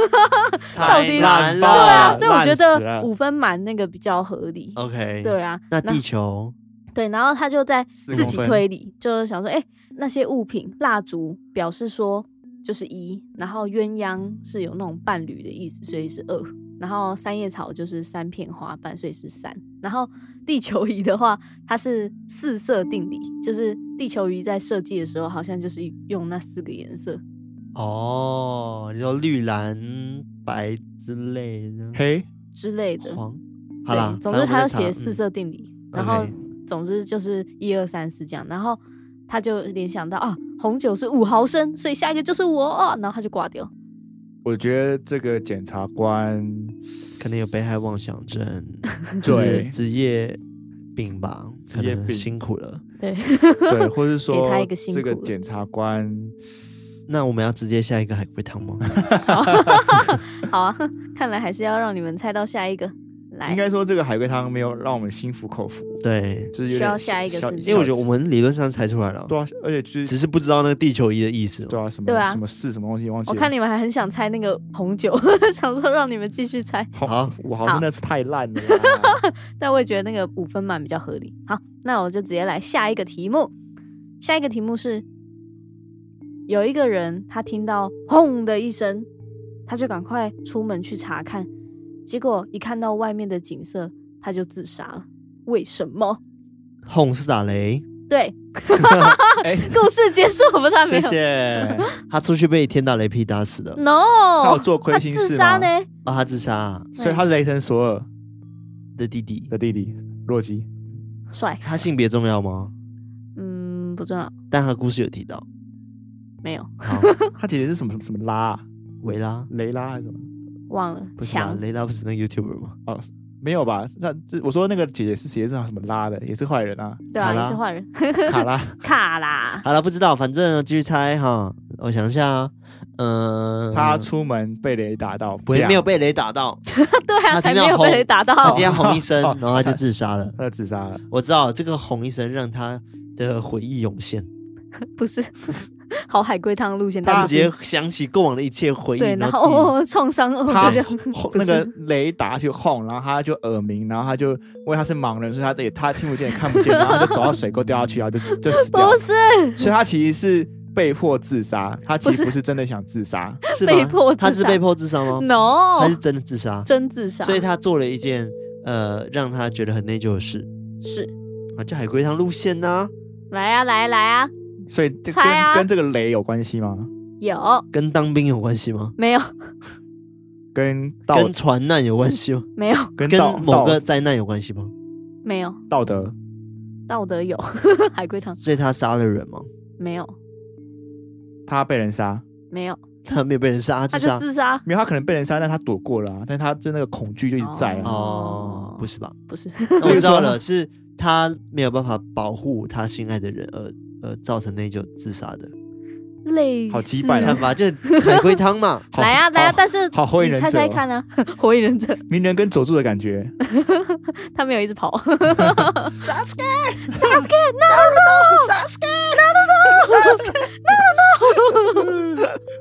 Speaker 2: 到
Speaker 1: 太
Speaker 2: 底
Speaker 1: 难
Speaker 3: 对
Speaker 2: 对啊，
Speaker 3: 啊
Speaker 1: 了。
Speaker 2: 所以我觉
Speaker 3: 烂死
Speaker 2: 得
Speaker 3: 了
Speaker 2: 五分满那个比较合理。
Speaker 1: OK，，
Speaker 2: 对啊，
Speaker 1: 那地球
Speaker 2: 对，然后他就在
Speaker 3: 四
Speaker 2: 自
Speaker 3: 公
Speaker 2: 己
Speaker 3: 分
Speaker 2: 推理，就是想说，哎、那些物品，蜡烛表示说就是一，然后鸳鸯是有那种伴侣的意思，所以是二，然后三叶草就是三片花瓣，所以是三，然后地球仪的话，它是四色定理，就是地球仪在设计的时候好像就是用那四个颜色，
Speaker 1: 哦，你说绿蓝白之类的，
Speaker 3: 嘿，
Speaker 2: 之类的，
Speaker 1: 黄，好啦
Speaker 2: 对，总
Speaker 1: 反正我
Speaker 2: 之他
Speaker 1: 们
Speaker 2: 要
Speaker 1: 再查嗯
Speaker 2: 写四。色定理，然后
Speaker 1: OK
Speaker 2: 总之就是一二三四这样，然后他就联想到啊，红酒是五毫升，所以下一个就是我哦，然后他就挂掉。
Speaker 3: 我觉得这个检察 官
Speaker 1: 嗯可能有被害妄想症，就是
Speaker 3: 对
Speaker 1: 职业病吧，
Speaker 3: 职
Speaker 1: 可
Speaker 3: 业
Speaker 1: 能
Speaker 3: 病
Speaker 1: 辛苦了。
Speaker 2: 对，
Speaker 3: 对，或是
Speaker 2: 给
Speaker 3: 说
Speaker 2: 他一个辛
Speaker 3: 这个
Speaker 2: 苦了
Speaker 3: 检察官，
Speaker 1: 那我们要直接下一个海龟汤 吗？
Speaker 2: 好啊， 看来还是要让你们猜到下一个。来
Speaker 3: 应，该说这个海龟汤没有让我们心服口服，
Speaker 1: 对，
Speaker 3: 就是有
Speaker 2: 需要
Speaker 3: 点
Speaker 2: 下一个
Speaker 3: 小
Speaker 2: 是不是
Speaker 1: 因为我觉得我们理论上猜出来了，
Speaker 3: 对啊，而且就是
Speaker 1: 只是不知道那个地球仪的意思嘛。
Speaker 3: 对啊，什么
Speaker 2: 对啊
Speaker 3: 什么事什么东西忘记
Speaker 2: 我
Speaker 3: 了。
Speaker 2: 看你们还很想猜那个红酒， 想说让你们继续猜，
Speaker 1: 好
Speaker 3: 好，我好
Speaker 2: 好
Speaker 3: 像那是太烂了啊啦。
Speaker 2: 但我也觉得那个五分满比较合理。好，那我就直接来下一个题目。下一个题目是，有一个人他听到轰的一声，他就赶快出门去查看，结果一看到外面的景色，他就自杀了。为什么？
Speaker 1: 轰是打雷，
Speaker 2: 对，
Speaker 3: 哎，
Speaker 2: 故事结束，不是还没
Speaker 3: 谢
Speaker 2: 有
Speaker 3: 谢。
Speaker 1: 他出去被天打雷劈打死的，
Speaker 2: n
Speaker 3: 他有
Speaker 2: o
Speaker 3: 做亏
Speaker 2: 他
Speaker 3: 心
Speaker 2: 自
Speaker 3: 事
Speaker 2: 杀
Speaker 3: 吗？
Speaker 2: 呢？
Speaker 1: 啊，他自杀啊
Speaker 3: 所以他是雷神索尔
Speaker 1: 的弟弟，
Speaker 3: 的弟弟洛基。
Speaker 2: 帅，
Speaker 1: 他性别重要吗？
Speaker 2: 嗯，不重要，
Speaker 1: 但他故事有提到，
Speaker 2: 没有，
Speaker 1: 好，
Speaker 3: 他姐姐是什么什么拉啊？
Speaker 1: 维拉
Speaker 3: 雷拉还是什么？
Speaker 2: 忘了
Speaker 1: 不是吧？
Speaker 2: 强
Speaker 1: 雷拉不是那个 YouTuber 吗？
Speaker 3: 没有吧？那这我说那个姐姐是谁？是什么拉的？也是坏人啊，
Speaker 2: 对
Speaker 1: 卡
Speaker 2: 啊，
Speaker 1: 拉
Speaker 2: 也是坏人，
Speaker 3: 卡拉。
Speaker 2: 卡啦，
Speaker 1: 好了，不知道，反正继续猜哈。我想一下啊，嗯、
Speaker 3: 他出门被雷打到，
Speaker 1: 不没有，被雷打到，
Speaker 2: 对啊，
Speaker 1: 他
Speaker 2: 才
Speaker 1: 听
Speaker 2: 没
Speaker 1: 到
Speaker 2: 有被
Speaker 1: 轰
Speaker 2: 打
Speaker 1: 他
Speaker 2: 到
Speaker 1: 底。下红一声，
Speaker 3: 哦
Speaker 1: 然后他就自杀了。
Speaker 3: 他自杀了。
Speaker 1: 我知道这个红一声让他的回忆涌现，
Speaker 2: 不是， 好海龟汤路线，
Speaker 1: 他
Speaker 2: 但
Speaker 1: 直
Speaker 2: 是
Speaker 1: 接想起过往的一切回忆，
Speaker 2: 对，然后
Speaker 1: 自己
Speaker 2: 哦创伤哦，
Speaker 3: 他
Speaker 2: 这样
Speaker 3: 轰
Speaker 2: 不
Speaker 3: 那
Speaker 2: 是
Speaker 3: 个雷达就轰，然后他就耳鸣，然后他就因为他是盲人，所以他也他听不见也看不见，然后他就走到水沟掉下去，然后就就 死 掉
Speaker 2: 不
Speaker 3: 了。
Speaker 2: 是
Speaker 3: 所以他其实是被迫自杀，他其
Speaker 2: 不是
Speaker 3: 实不是真的想自杀。
Speaker 1: 是
Speaker 2: 被
Speaker 1: 吗
Speaker 2: 迫自
Speaker 1: 他是
Speaker 2: 杀
Speaker 1: 被迫自
Speaker 3: 哦
Speaker 1: 杀吗？他是
Speaker 2: ，no，
Speaker 1: 真的自杀，
Speaker 2: 真自杀，
Speaker 1: 所以他做了一件呃让他觉得很内疚的事
Speaker 2: 是
Speaker 1: 啊，就海龟汤路线呐、
Speaker 2: 来啊来啊来啊，
Speaker 3: 所以这跟、
Speaker 2: 猜啊
Speaker 3: 跟这个雷有关系吗？
Speaker 2: 有
Speaker 1: 跟当兵有关系吗？
Speaker 2: 没有？
Speaker 3: 跟道
Speaker 1: 跟船难有关系吗？
Speaker 2: 没有
Speaker 3: 跟
Speaker 1: 跟
Speaker 3: 道
Speaker 1: 某个
Speaker 3: 道
Speaker 1: 灾难有关系吗？
Speaker 2: 没有
Speaker 3: 道德
Speaker 2: 道德有 海龟汤
Speaker 1: 所以他杀了人吗？
Speaker 2: 没有
Speaker 3: 他被人杀，
Speaker 2: 没有，
Speaker 1: 他没有被人杀，
Speaker 2: 他
Speaker 1: 自
Speaker 2: 就
Speaker 1: 杀？
Speaker 2: 自杀
Speaker 3: 没有他可能被人杀，但他躲过了、啊，但他就那个恐惧就一直在啊。
Speaker 1: 哦，不是吧？
Speaker 2: 不是
Speaker 1: 那我知道了，是他没有办法保护他心爱的人而而造成内疚自杀 的。
Speaker 2: 类似
Speaker 3: 好鸡掰
Speaker 1: 看
Speaker 3: 啊，
Speaker 1: 吧，这海龟汤嘛
Speaker 3: 好
Speaker 2: 来啊来啊！
Speaker 3: 好
Speaker 2: 但是
Speaker 3: 好火影
Speaker 2: 你
Speaker 3: 忍
Speaker 2: 猜
Speaker 3: 者
Speaker 2: 猜
Speaker 3: 哦
Speaker 2: 看啊， 火影忍者
Speaker 3: 鸣人跟佐助的 感觉，
Speaker 2: 他没有一直跑，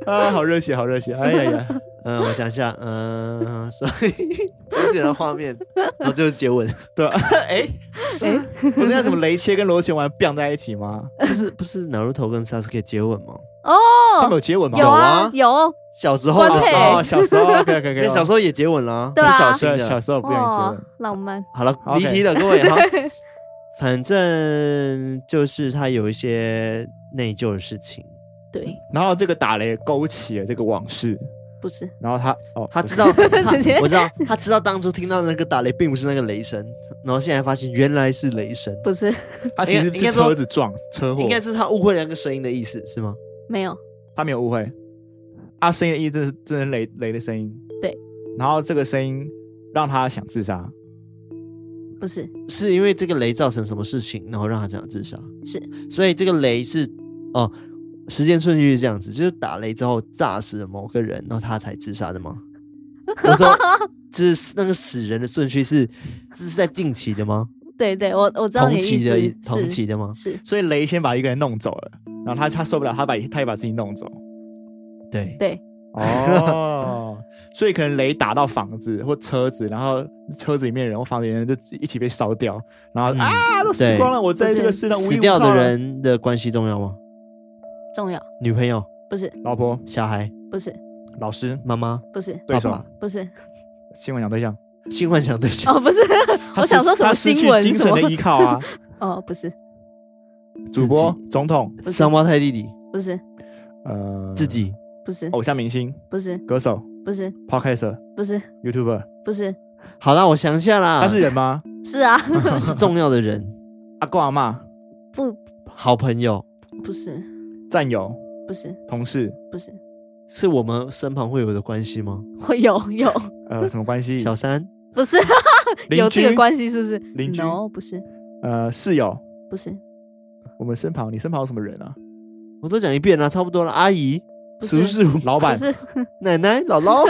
Speaker 3: 啊，好热血，好热血！哎呀呀，
Speaker 1: 嗯，我想一下，嗯， 所以我记得画面，然后就是接 吻，
Speaker 3: 对啊， 哎哎，不是那什么雷切跟螺旋丸 biang 在一起吗？
Speaker 1: 不是不是哪路头跟 Sasuke 接吻吗？
Speaker 3: 他们
Speaker 2: 哦，
Speaker 3: 有接吻吗？
Speaker 1: 有啊
Speaker 2: 有
Speaker 1: 小时候
Speaker 2: 官配
Speaker 1: 啊
Speaker 3: 哦，，小时候可以可以可以，
Speaker 1: 那小时候也接吻啦，
Speaker 2: 对
Speaker 1: 很
Speaker 2: 啊
Speaker 1: 小心
Speaker 3: 对
Speaker 1: 的
Speaker 3: 小。时候不想接
Speaker 2: 哇
Speaker 3: 吻，，
Speaker 2: 浪漫
Speaker 1: 好了，
Speaker 3: OK
Speaker 1: 离题了，各位 好。反正就是他有一些内疚的事情，
Speaker 2: 对，
Speaker 3: 然后这个打雷勾起了这个往事，
Speaker 2: 不是
Speaker 3: 然后他哦，
Speaker 1: 他知道， 他
Speaker 2: 直接
Speaker 1: 我知道，他知道当初听到那个打雷并不是那个雷声，然后现在发现原来是雷声，
Speaker 2: 不是
Speaker 3: 他其实
Speaker 1: 应该
Speaker 3: 是
Speaker 1: 应该说
Speaker 3: 车子撞车祸
Speaker 1: 应，该是他误会了那个声音的意思，是吗？
Speaker 2: 没有
Speaker 3: 他没有误会。啊，声音的意思真的是真的是雷雷的声音，
Speaker 2: 对。
Speaker 3: 然后这个声音让他想自杀，
Speaker 2: 不是
Speaker 1: 是因为这个雷造成什么事情，然后让他这样自杀？
Speaker 2: 是，
Speaker 1: 所以这个雷是哦，时间顺序是这样子，就是打雷之后炸死了某个人，然后他才自杀的吗？我 说，这是那个死人的顺序是这是在近期的吗？
Speaker 2: 对对，我我知道
Speaker 1: 同
Speaker 2: 你的
Speaker 1: 期的
Speaker 2: 意思，
Speaker 1: 同期的吗？
Speaker 2: 是是，
Speaker 3: 所以雷先把一个人弄走了，然后他他受不了，他把他也把自己弄走。
Speaker 1: 对，
Speaker 2: 对
Speaker 3: 哦， 所以可能雷打到房子或车子，然后车子里面的人或房子里面的人就一起被烧掉，然后、
Speaker 1: 嗯
Speaker 3: 啊都死光了，我在这个世上无依
Speaker 1: 死
Speaker 3: 无
Speaker 1: 掉
Speaker 3: 靠
Speaker 1: 的
Speaker 3: 了
Speaker 1: 人的关系重要吗？
Speaker 2: 重要，
Speaker 1: 女朋友、
Speaker 2: 不是
Speaker 3: 老婆、
Speaker 1: 小孩、
Speaker 2: 不是
Speaker 3: 老师、
Speaker 1: 妈妈、
Speaker 2: 不是
Speaker 3: 对
Speaker 1: 爸
Speaker 3: 手、
Speaker 1: 爸、
Speaker 2: 不是
Speaker 3: 新闻讲对象，
Speaker 1: 性幻想对象，
Speaker 2: 哦，不是
Speaker 3: 他
Speaker 2: 我想
Speaker 3: 失
Speaker 2: 说什么
Speaker 3: 他失去
Speaker 2: 新闻
Speaker 3: 精神
Speaker 2: 什么
Speaker 3: 的依靠啊，
Speaker 2: 哦，不是
Speaker 3: 主播、总统、
Speaker 2: 不是
Speaker 1: 双胞胎弟弟，
Speaker 3: 嗯
Speaker 2: 不是
Speaker 3: 呃，
Speaker 1: 自己
Speaker 2: 不是
Speaker 3: 偶像明星、
Speaker 2: 不是
Speaker 3: 歌手、
Speaker 2: 不是
Speaker 3: podcaster、
Speaker 2: 不是
Speaker 3: YouTuber，
Speaker 2: 不是
Speaker 1: 好啦，我想一下啦，
Speaker 3: 他是人吗？
Speaker 2: 是啊，
Speaker 1: 是重要的 人，
Speaker 3: 阿公阿妈、
Speaker 2: 不
Speaker 1: 好朋友
Speaker 2: 不是
Speaker 3: 战友、
Speaker 2: 不是
Speaker 3: 同事，
Speaker 2: 不是，
Speaker 1: 是我们身旁会有的关系吗？
Speaker 2: 我有有
Speaker 3: 呃，什么关系？
Speaker 1: 小三
Speaker 2: 不是啊有
Speaker 3: 邻
Speaker 2: 这
Speaker 3: 居
Speaker 2: 个、关系是不是？
Speaker 3: 邻居
Speaker 2: no 不是
Speaker 3: 呃，室友。
Speaker 2: 不是
Speaker 3: 我们身旁，你身旁有什么人啊？
Speaker 1: 我都讲一遍了，差不多了。阿姨、
Speaker 2: 不
Speaker 1: 叔
Speaker 2: 是
Speaker 1: 叔、
Speaker 3: 老
Speaker 2: 不
Speaker 3: 板、
Speaker 2: 是
Speaker 1: 奶奶、姥姥、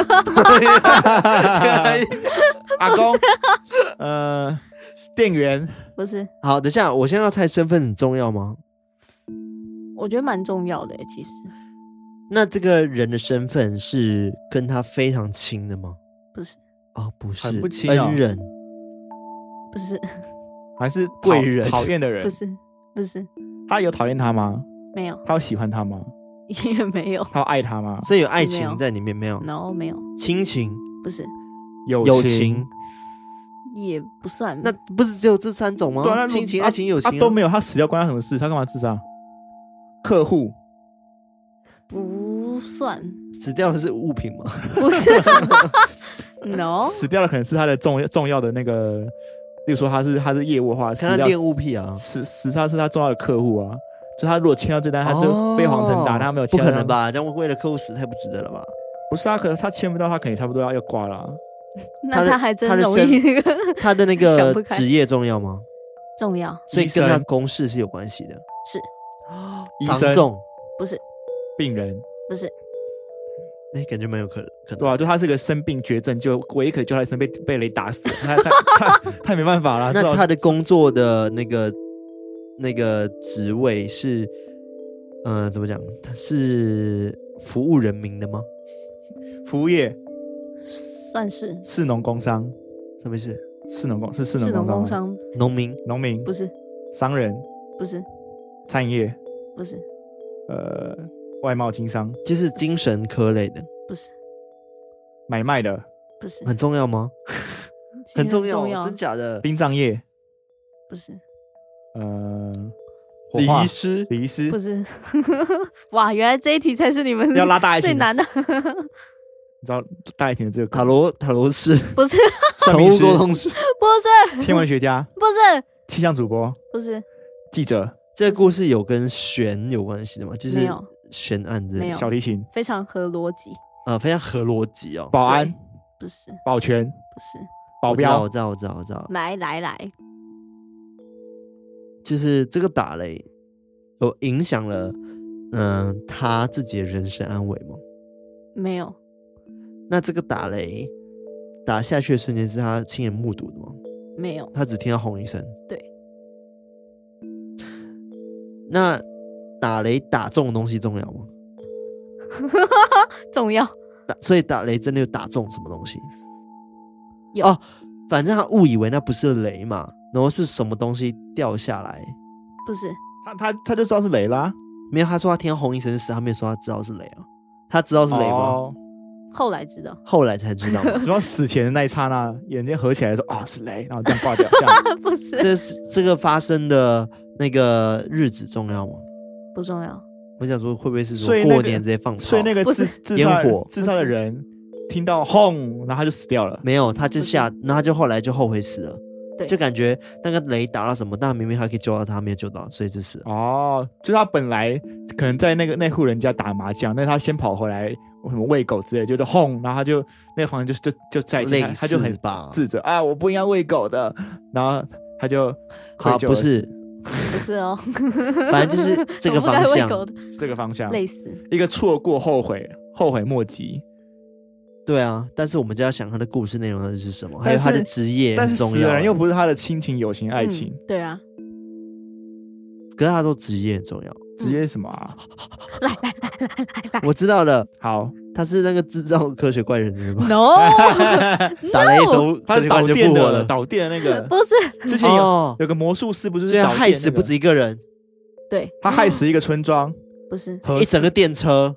Speaker 3: 阿公，呃，店员，
Speaker 2: 不是，
Speaker 1: 好，等一下，我现在要猜身份很重要吗？
Speaker 2: 我觉得蛮重要的耶欸其实
Speaker 1: 那这个人的身份是跟他非常亲的吗？
Speaker 2: 不是
Speaker 1: 哦，不是，
Speaker 3: 很不亲哦
Speaker 1: 恩人，
Speaker 2: 不是
Speaker 3: 还是
Speaker 1: 贵
Speaker 3: 讨
Speaker 1: 人
Speaker 3: 讨厌的人
Speaker 2: 不？是不是
Speaker 3: 他有讨厌他吗？
Speaker 2: 没有
Speaker 3: 他有喜欢他吗？
Speaker 2: 也没有
Speaker 3: 他有爱他吗？
Speaker 1: 所以有爱
Speaker 2: 没有
Speaker 1: 情在里面没有？
Speaker 2: no 没有
Speaker 1: 亲情、
Speaker 2: 不是
Speaker 3: 友
Speaker 1: 友
Speaker 3: 情
Speaker 1: 情，，
Speaker 2: 也不算
Speaker 1: 那不是只有这三种吗
Speaker 3: 对啊，那？如
Speaker 1: 亲情、
Speaker 3: 啊
Speaker 1: 爱情、友
Speaker 3: 他
Speaker 1: 情
Speaker 3: 都没
Speaker 1: 有。
Speaker 3: 有，他死掉关他什么事？他干嘛自杀？客户，
Speaker 2: 不 算
Speaker 1: 死掉的是物品吗？
Speaker 2: 不是 no
Speaker 3: 死掉的可能是他的重重要的那个，例如说他是他是业务化，死
Speaker 1: 看他
Speaker 3: 掉
Speaker 1: 恋物癖啊，
Speaker 3: 死死他是他重要的客户啊。就他如果签到这单，他就飞黄腾达，
Speaker 1: 哦
Speaker 3: 但他没有
Speaker 1: 不
Speaker 3: 签到
Speaker 1: 可
Speaker 3: 这
Speaker 1: 能
Speaker 3: 单？
Speaker 1: 吧？这样为了客户死太不值得了吧？
Speaker 3: 不是啊，可能他签不到，他肯定差不多要要挂了啊、
Speaker 1: 他
Speaker 2: 那
Speaker 1: 的
Speaker 2: 他还真
Speaker 1: 他的
Speaker 2: 容
Speaker 1: 身
Speaker 2: 易
Speaker 1: 他的那
Speaker 2: 想
Speaker 1: 个
Speaker 2: 不开
Speaker 1: 职业重要吗？
Speaker 2: 重要
Speaker 1: 所以
Speaker 3: 医
Speaker 1: 跟
Speaker 3: 生
Speaker 1: 他公事是有关系的。
Speaker 2: 是
Speaker 3: 医
Speaker 1: 房
Speaker 3: 生
Speaker 1: 仲，
Speaker 2: 不是
Speaker 3: 病人，
Speaker 2: 不是
Speaker 1: 哎、感觉蛮有可可能。
Speaker 3: 对啊，就他是个生病绝症，就唯一可以救他一生被被雷 打死，他他他他没办法了。只
Speaker 1: 那
Speaker 3: 好
Speaker 1: 他的工作的那个那个职位是，呃，怎么讲？他是服务人民的吗？
Speaker 3: 服务业
Speaker 2: 算是
Speaker 3: 士农工商，
Speaker 1: 什么意思？
Speaker 3: 士农工是士
Speaker 2: 是
Speaker 3: 农
Speaker 2: 农工
Speaker 3: 商吗，
Speaker 2: 商
Speaker 1: 农民
Speaker 3: 农民
Speaker 2: 不是
Speaker 3: 商人
Speaker 2: 不是
Speaker 3: 餐饮业
Speaker 2: 不是
Speaker 3: 呃外贸经商
Speaker 1: 就是精神科类的，
Speaker 2: 不是
Speaker 3: 买卖的
Speaker 2: 不是
Speaker 1: 很重要吗？
Speaker 2: 其实
Speaker 1: 很重
Speaker 2: 重
Speaker 1: 要，
Speaker 2: 要
Speaker 1: 真假的？
Speaker 3: 殡葬业
Speaker 2: 不是
Speaker 3: 呃火
Speaker 1: 礼
Speaker 3: 化
Speaker 1: 仪师
Speaker 3: 礼仪 师
Speaker 2: 不是哇，原来这一题才是你们
Speaker 3: 要拉大一
Speaker 2: 最
Speaker 3: 起
Speaker 2: 难的
Speaker 3: 你知道大一点的这个
Speaker 1: 塔罗塔罗 师，
Speaker 2: 不是
Speaker 3: 算
Speaker 1: 宠
Speaker 3: 命
Speaker 1: 物
Speaker 3: 师、
Speaker 1: 沟通师。
Speaker 2: 不是
Speaker 3: 天文学家、
Speaker 2: 不是
Speaker 3: 气象主播、
Speaker 2: 不是
Speaker 3: 记者、
Speaker 1: 这个故事有跟悬有关系的吗？就是
Speaker 2: 嗯没有
Speaker 1: 悬案之类
Speaker 2: 没
Speaker 1: 的
Speaker 2: 有，
Speaker 3: 小提琴、
Speaker 2: 非常合逻辑，
Speaker 1: 呃，非常合逻辑哦。
Speaker 3: 保安
Speaker 2: 对、不是
Speaker 3: 保全、
Speaker 2: 不是，
Speaker 3: 保
Speaker 1: 我知道，
Speaker 3: 镖
Speaker 1: 我、知道，我知道，我知道，
Speaker 2: 来来来，
Speaker 1: 就是这个打雷有影响了，嗯、他自己的人身安危吗？
Speaker 2: 没有
Speaker 1: 那这个打雷打下去的瞬间是他亲眼目睹的吗？
Speaker 2: 没有
Speaker 1: 他只听到轰一声。
Speaker 2: 对。
Speaker 1: 那打雷打中的东西重要吗？
Speaker 2: 重要，
Speaker 1: 打，所以打雷真的有打中什么东西？
Speaker 2: 有
Speaker 1: 哦，反正他误以为那不是雷嘛，然后是什么东西掉下来？
Speaker 2: 不是
Speaker 3: 他他他就知道是雷啦，
Speaker 1: 没有，他说他听到轰一声是，他没有说他知道是雷啊，他知道是雷吗？
Speaker 3: 哦？
Speaker 2: 后来知道，
Speaker 1: 后来才知道嘛
Speaker 3: 然后死前的那一刹那，眼睛合起来说啊是雷，然后这样挂掉，这样
Speaker 1: 哦
Speaker 2: 不是
Speaker 1: 这是这个发生的那个日子重要吗？
Speaker 2: 不重要，
Speaker 1: 我想说，会不会是说
Speaker 3: 所以那个
Speaker 1: 过年直接放炮？
Speaker 3: 所以那个
Speaker 2: 不
Speaker 3: 自
Speaker 2: 是
Speaker 3: 自杀的
Speaker 1: 烟火
Speaker 3: 自杀的人听到轰，然后他就死掉了。
Speaker 1: 没有，他就
Speaker 2: 不是
Speaker 1: 吓，然后他就后来就后悔死了。
Speaker 2: 对
Speaker 1: 就感觉那个雷打到什么，但明明还可以救到他，没有救到，所以就死了。
Speaker 3: 哦，就是他本来可能在那个那户人家打麻将，但是他先跑回来，什么喂狗之类，就是轰，然后他就那个房间就就就在一起，
Speaker 1: 类
Speaker 3: 他
Speaker 1: 似
Speaker 3: 他就很
Speaker 1: 吧，
Speaker 3: 自责啊，我不应该喂狗的，然后他就愧
Speaker 1: 好啊
Speaker 3: 疚
Speaker 1: 不
Speaker 3: 而
Speaker 1: 是，
Speaker 2: 不是 哦，
Speaker 1: 反正就是这
Speaker 2: 我
Speaker 1: 个
Speaker 2: 不该
Speaker 1: 方
Speaker 2: 喂
Speaker 1: 向。
Speaker 2: 狗的，
Speaker 3: 死这个方向，
Speaker 2: 类似
Speaker 3: 一个错过后悔，后悔莫及。
Speaker 1: 对啊，但是我们就要想他的故事内容到底是什么，
Speaker 3: 但
Speaker 1: 还有他的
Speaker 3: 是
Speaker 1: 职业
Speaker 3: 但
Speaker 1: 很
Speaker 3: 是
Speaker 1: 重
Speaker 3: 死
Speaker 1: 要
Speaker 3: 的
Speaker 1: 啊。
Speaker 3: 人又不是他的亲情、友情、爱情，
Speaker 2: 嗯对 啊，
Speaker 1: 可是他说职业很重要。
Speaker 2: 嗯
Speaker 3: 直接什么啊？
Speaker 2: 来来来来来来
Speaker 1: 我知道了，
Speaker 3: 好，
Speaker 1: 他是那个制造科学怪人是吗？
Speaker 2: ，no，
Speaker 1: 打雷一首，
Speaker 3: 他
Speaker 1: 科
Speaker 3: 是
Speaker 1: 学怪
Speaker 3: 导
Speaker 1: 人就
Speaker 3: 电
Speaker 1: 复活
Speaker 3: 的，
Speaker 1: 了。
Speaker 3: 导电的那个，
Speaker 2: 不是
Speaker 3: 之前有
Speaker 1: 哦，
Speaker 3: 有个魔术师不是
Speaker 1: 所以
Speaker 3: 导
Speaker 1: 他
Speaker 3: 电
Speaker 1: 害死
Speaker 3: 那个
Speaker 1: 不止一个人，
Speaker 2: 对，
Speaker 3: 他害死一个村庄，
Speaker 2: 不是
Speaker 3: 和
Speaker 1: 一整个电车、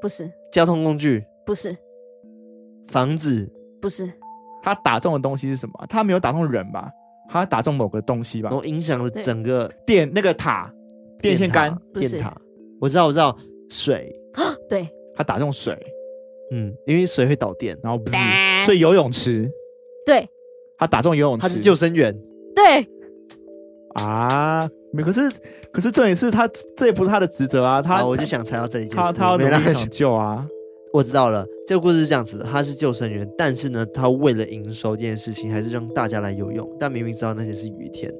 Speaker 2: 不是
Speaker 1: 交通工具、
Speaker 2: 不是
Speaker 1: 房子、
Speaker 2: 不是
Speaker 3: 他打中的东西是什么？他没有打中人吧？他打中某个东西吧
Speaker 1: 然？后影响了
Speaker 2: 对
Speaker 1: 整个
Speaker 3: 电那个塔，电线杆
Speaker 1: 塔，
Speaker 2: 不
Speaker 1: 电
Speaker 2: 是
Speaker 1: 塔。我知道，我知道，水，
Speaker 2: 对，
Speaker 3: 他打中水，
Speaker 1: 嗯，因为水会导电，
Speaker 3: 然后不是
Speaker 2: 哒，
Speaker 3: 所以游泳池，
Speaker 2: 对
Speaker 3: 他打中游泳
Speaker 1: 它是
Speaker 3: 池，
Speaker 1: 救生员，
Speaker 2: 对，
Speaker 3: 啊，没可是可是重点是他这也不是他的职责啊，他
Speaker 1: 好，我就想猜到这里结束。
Speaker 3: 他他要
Speaker 1: 没
Speaker 3: 努
Speaker 1: 让
Speaker 3: 力
Speaker 1: 他
Speaker 3: 抢救啊，
Speaker 1: 我知道了，这个故事是这样子的，他是救生员，但是呢，他为了营收这件事情，还是让大家来游泳，但明明知道那些是雨天，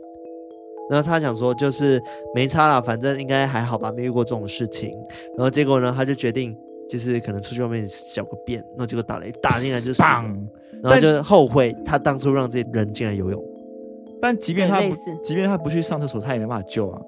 Speaker 1: 然后他想说就是没差啦，反正应该还好吧，没遇过这种事情。然后结果呢，他就决定就是可能出去外面小个便，那结果打雷打进来就死了，
Speaker 3: 棒。
Speaker 1: 然后就后悔他当初让这些人进来游泳。
Speaker 3: 但即
Speaker 2: 对
Speaker 3: 便他
Speaker 2: 类
Speaker 3: 不
Speaker 2: 似
Speaker 3: 即便他不去上厕所，他也没办法救啊。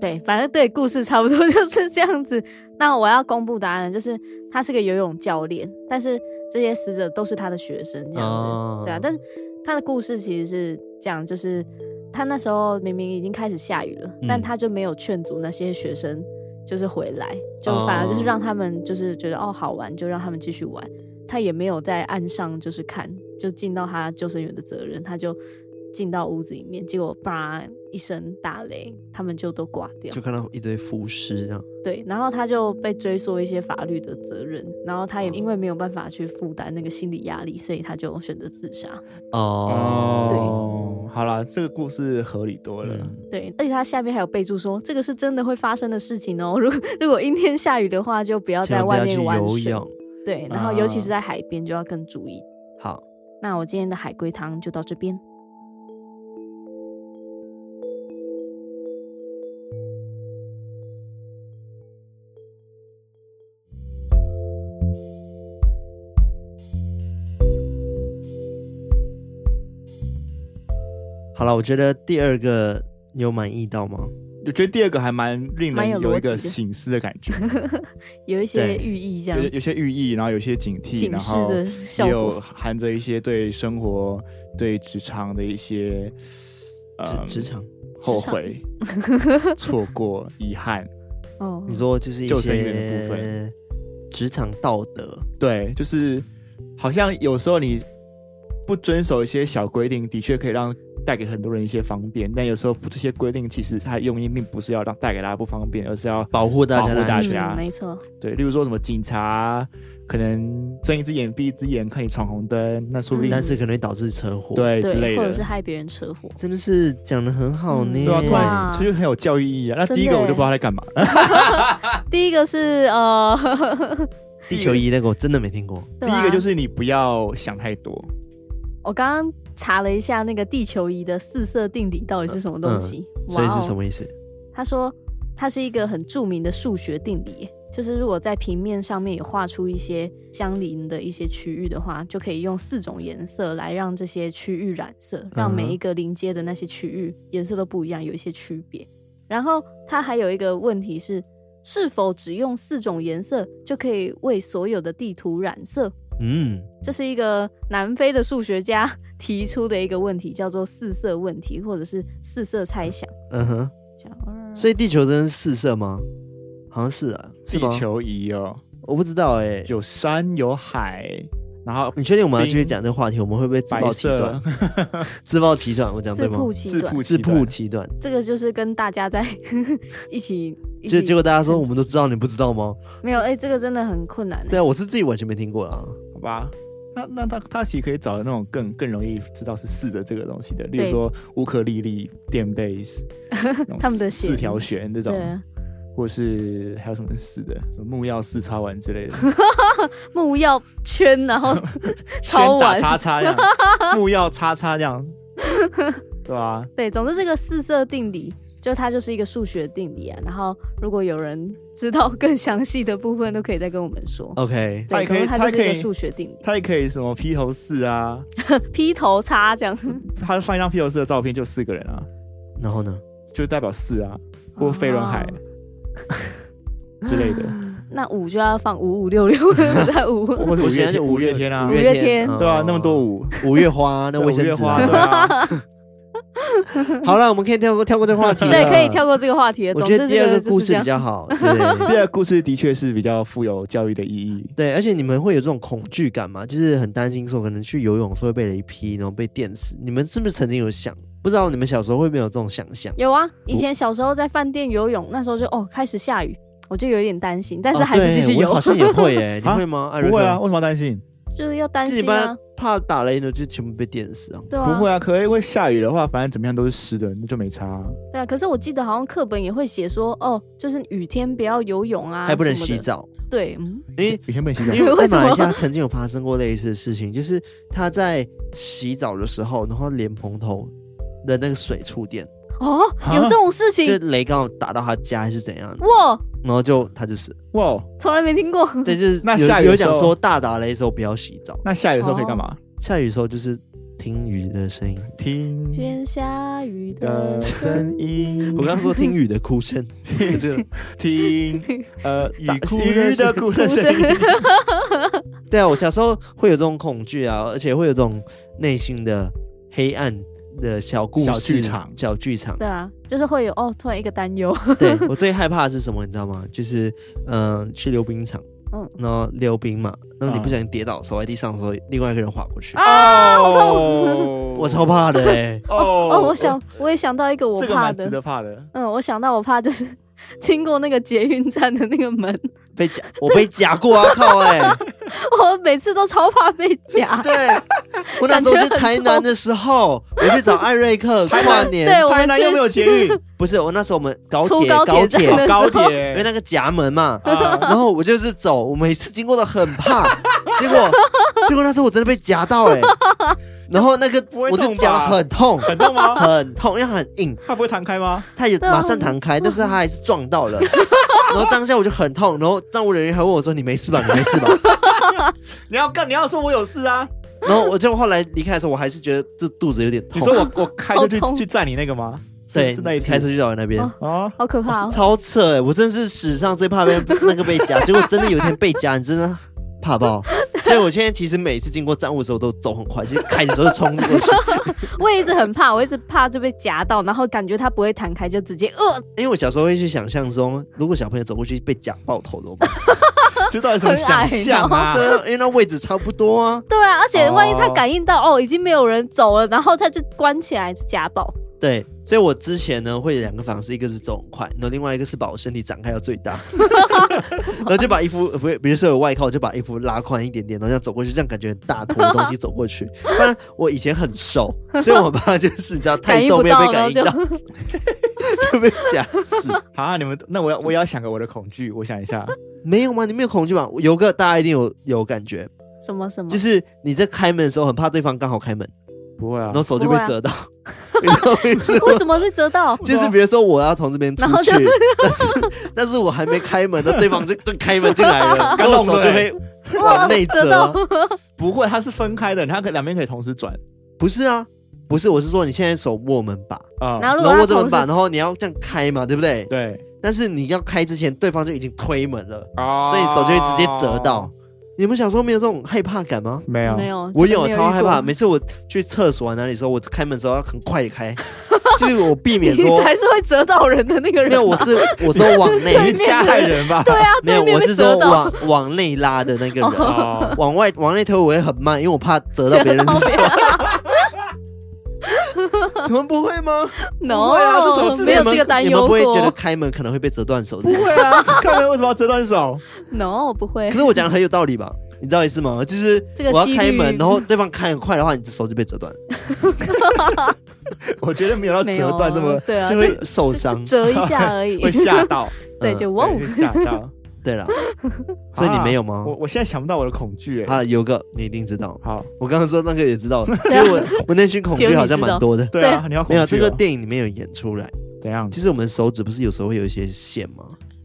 Speaker 2: 对，反正对故事差不多就是这样子。 那我要公布答案了，就是他是个游泳教练，但是这些死者都是他的学生，这样子，
Speaker 1: 哦
Speaker 2: 对啊。但是他的故事其实是这样，就是他那时候明明已经开始下雨了，但
Speaker 1: 嗯
Speaker 2: 他就没有劝阻那些学生，就是回来，就反而就是
Speaker 1: 哦
Speaker 2: 让他们就是觉得哦好玩，就让他们继续玩。他也没有在岸上就是看，就尽到他救生员的责任，他就进到屋子里面，结果叭一声打雷，他们就都挂掉
Speaker 1: 就。看到一堆浮尸这样，
Speaker 2: 对，然后他就被追溯一些法律的责任，然后他也
Speaker 1: 哦
Speaker 2: 因为没有办法去负担那个心理压力，所以他就选择自杀。
Speaker 1: 哦，
Speaker 3: 哦，好啦，这个故事合理多了。
Speaker 1: 嗯
Speaker 2: 对，而且他下面还有备注说，这个是真的会发生的事情哦。如如果阴 天下雨的话，就不要
Speaker 1: 千
Speaker 2: 在
Speaker 1: 万不要
Speaker 2: 外
Speaker 1: 去
Speaker 2: 面玩
Speaker 1: 游
Speaker 2: 水。
Speaker 1: 泳。
Speaker 2: 对，然后尤其是
Speaker 3: 啊
Speaker 2: 在海边就要更注意。
Speaker 1: 好，
Speaker 2: 那我今天的海龟汤就到这边。
Speaker 1: 好了，我觉得第二个你有满意到吗？
Speaker 3: 我觉得第二个还蛮令
Speaker 2: 蛮
Speaker 3: 人
Speaker 2: 有
Speaker 3: 有
Speaker 2: 逻
Speaker 3: 一个
Speaker 2: 辑的
Speaker 3: 醒思的感 觉，
Speaker 2: 有一些
Speaker 1: 对
Speaker 2: 寓意这
Speaker 3: 有
Speaker 2: 样子，
Speaker 3: 有些寓意，然后有些警惕，
Speaker 2: 警
Speaker 3: 然
Speaker 2: 示
Speaker 3: 后
Speaker 2: 的效
Speaker 3: 也
Speaker 2: 果
Speaker 3: 有。含着一些对生活、对职场的一些呃
Speaker 1: 职职场，
Speaker 3: 后 悔、错过、遗憾。
Speaker 2: 哦，
Speaker 1: 你说就是一
Speaker 3: 救生员的部
Speaker 1: 些职场道德，
Speaker 3: 对，就是好像有时候你不遵守一些小规定，的确可以让带给很多人一些方便，但有时候这些规定其实它的用意并不是要让带给大家不方便，而是要
Speaker 1: 保护大家的
Speaker 3: 保护大
Speaker 1: 安全。
Speaker 3: 家
Speaker 2: 嗯，没错，
Speaker 3: 对，例如说什么警察可能睁一只眼闭一只眼看你闯红灯，那说不定、
Speaker 2: 嗯
Speaker 1: 但是可能会导致车祸。，
Speaker 3: 对之类
Speaker 2: 对，或
Speaker 3: 的
Speaker 2: 者是，害别人车祸，
Speaker 1: 真的是讲的很好呢。
Speaker 2: 嗯
Speaker 3: 对啊，突然
Speaker 2: 哇
Speaker 3: 这就很有教育意义啊。那
Speaker 2: 真
Speaker 3: 第一个
Speaker 2: 的
Speaker 3: 我就
Speaker 2: 耶啊
Speaker 3: 不知道他在干嘛，
Speaker 2: 第一个是呃，
Speaker 1: 地球仪那个我真的没听过。
Speaker 2: 第
Speaker 3: 第一个就是你不要想太多，
Speaker 2: 我刚刚查了一下那个地球仪的四色定理到底是什么东西，
Speaker 1: 嗯所以
Speaker 2: 哇
Speaker 1: 是
Speaker 2: 哦
Speaker 1: 什么意思？
Speaker 2: 他说它是一个很著名的数学定理，就是如果在平面上面有画出一些相邻的一些区域的话，就可以用四种颜色来让这些区域染色，让每一个临街的那些区域颜色都不一样，有一些区别。然后它还有一个问题是，是否只用四种颜色就可以为所有的地图染色？
Speaker 3: 哦
Speaker 1: 嗯，
Speaker 2: 这是一个南非的数学家 提出的一个问题，叫做四色问题，或者是四色猜想。
Speaker 1: 嗯哼，所
Speaker 2: 以
Speaker 1: 以地球真的是四色吗？好像是啊，是
Speaker 3: 地
Speaker 1: 吗？
Speaker 3: 球仪哦，
Speaker 1: 我不知道哎、
Speaker 3: 有山有海，然后
Speaker 1: 你确定我们要继续
Speaker 3: 冰
Speaker 1: 讲这个话题？我们会不会自
Speaker 3: 白
Speaker 1: 暴其
Speaker 3: 色
Speaker 1: 短？ 自暴其短，我讲对
Speaker 2: 自
Speaker 1: 吗？
Speaker 2: 曝其
Speaker 3: 自
Speaker 2: 短，
Speaker 3: 曝
Speaker 1: 自
Speaker 3: 其
Speaker 1: 曝
Speaker 3: 短，
Speaker 1: 其短，
Speaker 2: 这个就是跟大家在 一起，一
Speaker 1: 结
Speaker 2: 起
Speaker 1: 结果大家说我们都知道，你不知道吗？
Speaker 2: 没有哎、这个真的很困难、欸。
Speaker 1: 对啊，我是自己完全没听过啊。
Speaker 2: 哦
Speaker 3: 好吧。那那他他其实可以找那种更更容易知道是四的这个东西的，例如
Speaker 2: 对
Speaker 3: 说乌克丽丽、电 贝斯，
Speaker 2: 他们的
Speaker 3: 四
Speaker 2: 弦
Speaker 3: 四条弦这种，
Speaker 2: 欸对，啊
Speaker 3: 或是还有什么四的，什么木曜四叉丸之类的，
Speaker 2: 木曜圈，然后 超
Speaker 3: 圈打
Speaker 2: 完
Speaker 3: 叉叉 这样，木曜叉叉这样，对吧、
Speaker 2: 对，总之这个四色定理，就它就是一个数学定理啊。然后如果有人知道更详细的部分，都可以再跟我们说。
Speaker 1: OK，
Speaker 2: 对，
Speaker 3: 它也可
Speaker 2: 总
Speaker 3: 以
Speaker 2: 之它就是一
Speaker 3: 它
Speaker 2: 个
Speaker 3: 可以
Speaker 2: 数学定理，
Speaker 3: 他也可以什么披头四啊，
Speaker 2: 披头叉这样子，
Speaker 3: 他放一张披头四的照片就四个人啊，
Speaker 1: 然后呢？
Speaker 3: 就代表四啊，或飞轮海
Speaker 2: 哦
Speaker 3: 之类 的，
Speaker 2: 那五就要放五五六六在五，
Speaker 3: 或者
Speaker 1: 我
Speaker 3: 五
Speaker 1: 现在就
Speaker 3: 月天
Speaker 1: 五
Speaker 3: 五
Speaker 1: 月
Speaker 3: 月天啊
Speaker 2: 五，月天
Speaker 1: 嗯
Speaker 3: 对啊，那么多五，
Speaker 1: 五月花，那
Speaker 3: 对
Speaker 1: 卫生
Speaker 3: 五月
Speaker 1: 纸
Speaker 3: 花，
Speaker 1: 啊。
Speaker 3: 对啊，
Speaker 1: 好了，我们可以跳过跳过这个话题了。
Speaker 2: 对，可以跳。过这个话题了。
Speaker 1: 我
Speaker 2: 总
Speaker 1: 觉
Speaker 2: 之
Speaker 1: 得
Speaker 2: 这
Speaker 1: 第二
Speaker 2: 个
Speaker 1: 个
Speaker 2: 就
Speaker 1: 故
Speaker 2: 是这
Speaker 1: 事比
Speaker 2: 样，
Speaker 1: 较好。对
Speaker 3: 第二个故事的确是比较富有教育的意义，
Speaker 1: 对，而且你们会有这种恐惧感吗？就是很担心说可能去游泳是会被雷劈，然后被电死。你们是不是曾经有想？不知道你们小时候会不会有这种想象？
Speaker 2: 有啊。以前小时候在饭店游泳，那时候就哦开始下雨，我就有一点担心，但是还是继
Speaker 1: 哦
Speaker 2: 续
Speaker 1: 对我
Speaker 2: 游
Speaker 1: 好，像也会耶，你
Speaker 3: 啊
Speaker 1: 会 吗？艾瑞
Speaker 3: 不会
Speaker 1: 克
Speaker 3: 啊，，为什么要担心？
Speaker 2: 就是要担
Speaker 1: 自己
Speaker 2: 心
Speaker 1: 班
Speaker 2: 啊，
Speaker 1: 怕打雷呢，就全部被电死啊。
Speaker 2: 对啊，
Speaker 3: 不会啊，可以会下雨的话，反正怎么样都是湿的，那就没差啊。
Speaker 2: 对啊，可是我记得好像课本也会写说，哦，就是雨天不要游泳啊，
Speaker 1: 还不能
Speaker 2: 什么的
Speaker 1: 洗。澡，
Speaker 2: 对，嗯，
Speaker 1: 因为
Speaker 3: 雨天不能洗澡，
Speaker 1: 因为我在
Speaker 2: 为什么
Speaker 1: 马来西亚曾经有发生过类似的事情，就是他在洗澡的时候，然后莲蓬头的那个水触电，
Speaker 2: 哦，
Speaker 3: 啊
Speaker 2: 有这种事
Speaker 1: 就
Speaker 2: 情，
Speaker 1: 雷刚好打到他家还是怎样，
Speaker 2: 哇，
Speaker 1: 然后就他就死了。
Speaker 3: 哇，
Speaker 2: 从来没听过。
Speaker 1: 对，就是
Speaker 3: 那
Speaker 1: 有
Speaker 3: 下雨的
Speaker 1: 有讲
Speaker 3: 时候
Speaker 1: 说大打雷的时候不要洗澡，
Speaker 3: 那下雨的时候可以干嘛？
Speaker 2: 哦
Speaker 1: 下雨的时候就是听雨的声音。
Speaker 3: 听
Speaker 2: 今天下雨的
Speaker 3: 的
Speaker 2: 声
Speaker 3: 声音
Speaker 1: 我，刚刚说听雨的哭声，这个
Speaker 3: 听呃雨
Speaker 1: 打
Speaker 3: 哭
Speaker 1: 雨的
Speaker 3: 哭
Speaker 2: 哭声，
Speaker 1: 对啊，我小时候会有这种恐惧啊，而且会有这种内心的黑暗的小故事、
Speaker 3: 小剧场
Speaker 1: 小剧场。
Speaker 2: 对啊，就是会有哦，突然一个担忧，
Speaker 1: 对我最害怕的是什么，你知道吗？就是嗯、呃去溜冰场，嗯
Speaker 2: 嗯，
Speaker 1: 然后溜冰嘛，然后你
Speaker 3: 嗯
Speaker 1: 不小心跌倒，手在地上的时候，另外一个人滑过去，
Speaker 2: 啊好
Speaker 3: 痛
Speaker 1: 我超怕的 哎、
Speaker 3: 哦
Speaker 2: 哦，我想我也想到一个我
Speaker 3: 这个
Speaker 2: 怕
Speaker 3: 蛮值
Speaker 2: 的，
Speaker 3: 得怕的，
Speaker 2: 嗯，我想到我怕就是 经过那个捷运站的那个门，
Speaker 1: 被夹，我被夹过啊，靠哎、
Speaker 2: 我每次都超怕被夹。
Speaker 1: 对，我那时候去台南的时候，我去找艾瑞克跨
Speaker 2: 对
Speaker 1: 年，
Speaker 2: 我们
Speaker 3: 台南又没有 捷运，
Speaker 1: 不是我那时候我们高
Speaker 2: 出
Speaker 1: 铁
Speaker 2: 高铁站
Speaker 1: 铁
Speaker 2: 的，时
Speaker 3: 高
Speaker 2: 候
Speaker 1: 因为
Speaker 3: 铁
Speaker 1: 那个夹门嘛，
Speaker 3: 啊，
Speaker 1: 然后我就是走，我每次经过都很怕， 结果结果那时候我真的被夹到哎、然后那个
Speaker 3: 不会
Speaker 1: 我就
Speaker 3: 痛吧
Speaker 1: 夹很痛，
Speaker 3: 很痛吗？
Speaker 1: 很痛，因为它很硬，
Speaker 3: 它不会弹开吗？
Speaker 1: 它也
Speaker 2: 对啊
Speaker 1: 马上弹开，但是它还是撞到 了。然后当下我就很痛，然后站务人员还问我说：“你没事吧？你没事吧
Speaker 3: 你要干，你要说我有事啊？？”
Speaker 1: 然后我就后来离开的时候，我还是觉得这肚子有点
Speaker 3: 你
Speaker 1: 痛。
Speaker 3: 说我我开
Speaker 2: 好
Speaker 3: 车去
Speaker 2: 痛
Speaker 3: 去载你那个吗？是
Speaker 1: 对
Speaker 3: 是那一，次
Speaker 1: 开车去找我那边，
Speaker 2: 哦
Speaker 3: 啊，
Speaker 2: 好可怕
Speaker 1: 哇
Speaker 2: 哦！
Speaker 1: 超扯哎、我真的是史上最怕被那个被 夹，结果真的有一天被夹，你真的怕爆。所以我现在其实每次经过站务的时候都走很快，就是开的时候就冲过去，
Speaker 2: 我也一直很怕，我一直怕就被夹到，然后感觉它不会弹开，就直接呃
Speaker 1: 因为我小时候会去想象中，如果小朋友走过去被夹爆头怎么办？
Speaker 3: 这到底什么想象啊？
Speaker 1: 对啊因为那位置差不多啊。
Speaker 2: 对啊，而且万一他
Speaker 3: 哦
Speaker 2: 感应到哦，已经没有人走了，然后他就关起来就家暴。
Speaker 1: 对，所以我之前呢会有两个方式，一个是走很快，然后另外一个是把我身体展开到最 大，然后就把衣服呃不是，比如说有外套，我就把衣服拉宽一点点，然后这样走过去，这样感觉很大坨的东西走过去。不然我以前很瘦，所以我爸就是你知道
Speaker 2: 感
Speaker 1: 太
Speaker 2: 应
Speaker 1: 瘦
Speaker 2: 不
Speaker 1: 没有
Speaker 2: 到，
Speaker 1: 被
Speaker 2: 然后
Speaker 1: 感
Speaker 2: 就
Speaker 1: 应到， 就被夹死。
Speaker 3: 啊，你们那我要我也要想个我的恐惧，我想一 下，
Speaker 1: 没有吗？你没有恐惧吗？有个大家一定有有感觉，
Speaker 2: 什么什么，
Speaker 1: 就是你在开门的时候很怕对方刚好开门，
Speaker 3: 不会啊
Speaker 1: 然后，手就
Speaker 2: 不
Speaker 1: 被
Speaker 2: 会啊
Speaker 1: 折到， 你知道我意思吗
Speaker 2: 为什么是折到？
Speaker 1: 就是比如说我要从这边出
Speaker 2: 然后
Speaker 1: 去
Speaker 2: 就，
Speaker 1: 但是 但是我还没开门，那对方就 就开门进来了， 然后我手就会往内
Speaker 2: 折到
Speaker 1: 折。
Speaker 3: 不会，它是分开的，它可两边可以同时转
Speaker 1: 不是啊，不是，我是说你现在手握门把，
Speaker 3: 啊。
Speaker 2: 然后如
Speaker 1: 然
Speaker 2: 果
Speaker 1: 后握
Speaker 2: 他
Speaker 1: 着门
Speaker 2: 同
Speaker 1: 把，
Speaker 2: 时
Speaker 1: 然后你要这样开嘛，对不对？
Speaker 3: 对，
Speaker 1: 但是你要开之前，对方就已经推门了，
Speaker 3: 啊
Speaker 1: 所以手就会直接折到。。你们小时候没有这种害怕感吗？
Speaker 3: 没有，
Speaker 2: 没有，
Speaker 1: 我
Speaker 2: 真的
Speaker 1: 有
Speaker 2: 没
Speaker 1: 超害怕，
Speaker 2: 遇过
Speaker 1: 每次我去厕所啊哪里的时候，我开门的时候要很快地 开，就是我避免
Speaker 2: 你
Speaker 1: 说，
Speaker 2: 才是会折到人的那个人
Speaker 1: 没有，我
Speaker 2: 吧。
Speaker 1: 是我是往内，
Speaker 3: 你是加害人吧？
Speaker 2: 对啊，
Speaker 1: 没有，
Speaker 2: 对面
Speaker 1: 我
Speaker 2: 被
Speaker 1: 是
Speaker 2: 折
Speaker 1: 说
Speaker 2: 到
Speaker 1: 往往内拉的那个人，
Speaker 3: 哦，
Speaker 1: 往外往内推我会很慢，因为我怕折到别人
Speaker 2: 折。到别人
Speaker 1: 你们不会吗？
Speaker 2: ，no，
Speaker 3: 会啊这怎么之
Speaker 2: 哦没
Speaker 3: 前
Speaker 2: 有
Speaker 1: 你们
Speaker 2: 这个担
Speaker 1: 你们
Speaker 2: 忧
Speaker 1: 不会觉得
Speaker 2: 过
Speaker 1: 开门可能会被折断手这
Speaker 3: 不
Speaker 1: 件事？
Speaker 3: 会啊， 看门为什么要折断手？
Speaker 2: ，no，不会
Speaker 1: 可。是我讲的很有道理吧？你知道意思吗？就是
Speaker 2: 这个
Speaker 1: 我要
Speaker 2: 几率
Speaker 1: 开门，然后对方开很快的话，你的手就被折断，
Speaker 3: 我觉得没有到
Speaker 2: 没有
Speaker 3: 折断这么
Speaker 2: 对啊，
Speaker 1: 就
Speaker 2: 这
Speaker 1: 会受伤。
Speaker 2: 折一下 而已。
Speaker 3: 会吓到，
Speaker 2: 对，
Speaker 1: 嗯
Speaker 2: 就哇哦，
Speaker 3: 对会吓 到。
Speaker 1: 对 了，所以你没有吗
Speaker 3: 啊我？我现在想不到我的恐惧哎。
Speaker 1: 啊，有个你一定知道，
Speaker 3: 好，
Speaker 1: 我刚刚说那个也 知道，其
Speaker 2: 对
Speaker 1: 实
Speaker 2: 啊
Speaker 1: 我我内心恐惧好像蛮多的。
Speaker 3: 对啊，你要
Speaker 1: 没
Speaker 3: 恐惧
Speaker 1: 有
Speaker 3: 哦
Speaker 1: 这个电影里面有演出来，
Speaker 3: 怎样？
Speaker 1: 其实我们手指不是有时候会有一些线吗？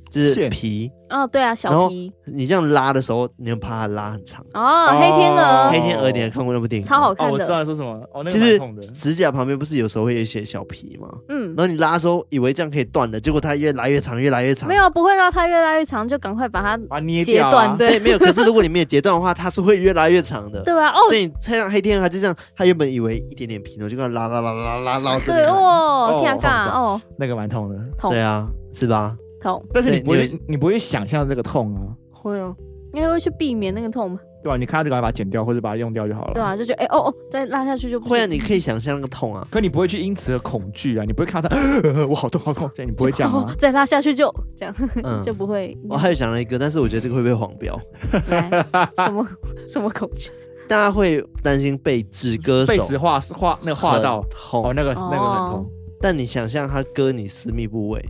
Speaker 1: 就是
Speaker 3: 线
Speaker 1: 皮，
Speaker 2: 哦，对啊，
Speaker 1: 然
Speaker 2: 小
Speaker 1: 后
Speaker 2: 皮
Speaker 1: 你这样拉的时候，你很怕它拉很长。
Speaker 2: 哦，黑天鹅
Speaker 3: 哦
Speaker 1: 黑天鹅你还看过那部电影吗？
Speaker 2: 超好
Speaker 3: 哦，
Speaker 2: 看
Speaker 3: 我知
Speaker 2: 的，
Speaker 3: 道你说什么了。哦，那
Speaker 1: 就
Speaker 3: 个
Speaker 1: 是
Speaker 3: 蛮痛的。
Speaker 1: 指甲旁边不是有时候会有一些小皮吗？
Speaker 2: 嗯
Speaker 1: 然，后你拉的时候以为这样可以断的，结果它越来越长，越来越长。
Speaker 2: 没有啊不会让它越来越长，就赶快把它
Speaker 3: 把它捏
Speaker 2: 截
Speaker 3: 掉啊
Speaker 2: 断，
Speaker 1: 对，
Speaker 2: 对
Speaker 1: 没有。可是如果你没有截断的话，它是会越来越长的。
Speaker 2: 对吧？哦，
Speaker 1: 所以你像黑天鹅，它就这样，它原本以为一点点皮，然后就给它拉拉拉拉拉拉到这
Speaker 2: 对
Speaker 1: 边来。
Speaker 2: 哦，
Speaker 3: 哦
Speaker 2: 天啊
Speaker 3: 痛
Speaker 2: 干
Speaker 1: 的
Speaker 2: 哦，
Speaker 3: 那个蛮痛的。
Speaker 2: 痛
Speaker 1: 对啊，是吧？
Speaker 2: 痛，
Speaker 3: 但是你
Speaker 1: 对
Speaker 3: 不会
Speaker 1: 你，
Speaker 3: 你不会想象这个痛啊，
Speaker 1: 会啊，
Speaker 2: 因为会去避免那个痛嘛，
Speaker 3: 对吧？你看到就赶快把它剪掉或者把它用掉就好了。
Speaker 2: 对啊，就觉得哎哦哦，再拉下去就不
Speaker 1: 会啊，
Speaker 2: 行
Speaker 1: 你可以想象那个痛 啊。
Speaker 3: 可你不会去因此而恐惧啊，你不会看到 它，我好痛好痛，这样你不会这样
Speaker 2: 哦
Speaker 3: 啊？
Speaker 2: 再拉下去就这样
Speaker 1: 嗯
Speaker 2: 就，不会
Speaker 1: 我还有想了一个，但是我觉得这个会被黄标，
Speaker 2: 来什么什么恐惧，
Speaker 1: 大家会担心被指歌
Speaker 3: 被
Speaker 1: 手
Speaker 3: 纸画画那个画到
Speaker 1: 很，
Speaker 3: 哦，
Speaker 1: 痛。
Speaker 3: 那个那个很
Speaker 2: 哦
Speaker 3: 痛，
Speaker 1: 但你想象他割你私密部位，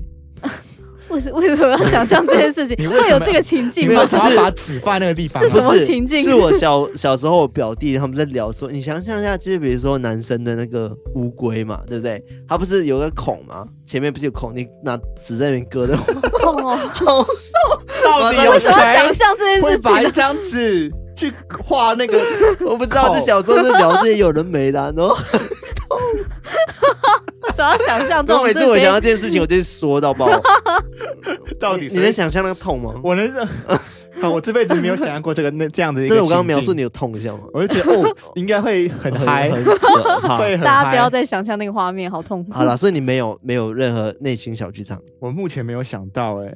Speaker 2: 为什为什么要想象这件事情？
Speaker 3: 你为什么
Speaker 2: 会有这个情
Speaker 3: 你
Speaker 2: 境
Speaker 3: 没
Speaker 2: 吗
Speaker 3: 有？
Speaker 1: 是
Speaker 3: 想要把纸放在那个地方
Speaker 2: 这
Speaker 3: 吗，
Speaker 1: 不
Speaker 2: 什么
Speaker 1: 是
Speaker 2: 情境
Speaker 1: 是我小小时候我表弟他们在聊说，你想象一下，就是比如说男生的那个乌龟嘛，对不对？它不是有个孔吗？前面不是有孔？你拿纸在那边 割的话，
Speaker 2: 痛哦，
Speaker 3: 到底有
Speaker 2: 为什
Speaker 3: 谁
Speaker 2: 么要想象这件
Speaker 3: 会
Speaker 2: 事情
Speaker 3: 把
Speaker 2: 呢
Speaker 3: 一？张纸去画那个？
Speaker 1: 我不知道，
Speaker 3: 孔
Speaker 1: 这小时候就聊这些有人没的啊、然后
Speaker 2: 想要想象这
Speaker 1: 然后
Speaker 2: 种
Speaker 1: 每
Speaker 2: 事
Speaker 1: 次我想到这
Speaker 2: 情，
Speaker 1: 件事情，我就说到爆。
Speaker 3: 到
Speaker 1: 你
Speaker 3: 底
Speaker 1: 你能？想象那个痛吗？
Speaker 3: 我能 想，好，我这辈子没有想象过这个那这样的一个。
Speaker 1: 但是我刚刚描述，你，有痛一下 吗？
Speaker 3: 我就觉得 哦，应该会很嗨，
Speaker 1: 很可怕。
Speaker 3: 会很
Speaker 2: 大家不要
Speaker 3: 嗨。
Speaker 2: 再想象那个画面，好痛。
Speaker 1: 好了，所以你没有没有任何内心小剧场，
Speaker 3: 我目前没有想到哎，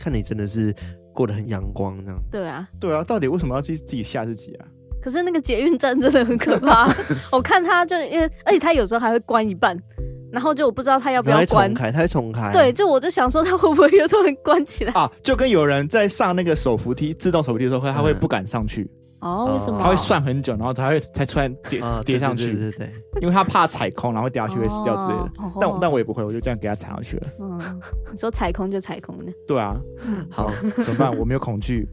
Speaker 1: 看你真的是过得很阳光这样。
Speaker 2: 对啊，
Speaker 3: 对啊，到底为什么要去自己吓自己啊？
Speaker 2: 可是那个捷运站真的很可 怕，我看他就因为，而且他有时候还会关一半，然后就我不知道他要不
Speaker 1: 然后还
Speaker 2: 要关
Speaker 1: 重。开，它会重开。
Speaker 2: 对，，就我就想说他会不会又突然关 起来？
Speaker 3: 啊，就跟有人在上那个手扶梯自动手扶梯的时候，他会
Speaker 1: 嗯
Speaker 3: 不敢上去，
Speaker 2: 哦，为什么？
Speaker 3: 他会算很久，然后才会才突然跌
Speaker 1: 啊，
Speaker 3: 跌
Speaker 1: 对
Speaker 3: 上
Speaker 1: 对
Speaker 3: 去，
Speaker 1: 对对对。
Speaker 3: 因为他怕踩空，然后掉下去会死掉之类的。
Speaker 2: 哦
Speaker 3: 但我但我也不会，我就这样给他踩上去了。
Speaker 2: 嗯，你说踩空就踩空的，
Speaker 3: 对啊，
Speaker 1: 好，
Speaker 3: 怎么办？我没有恐惧，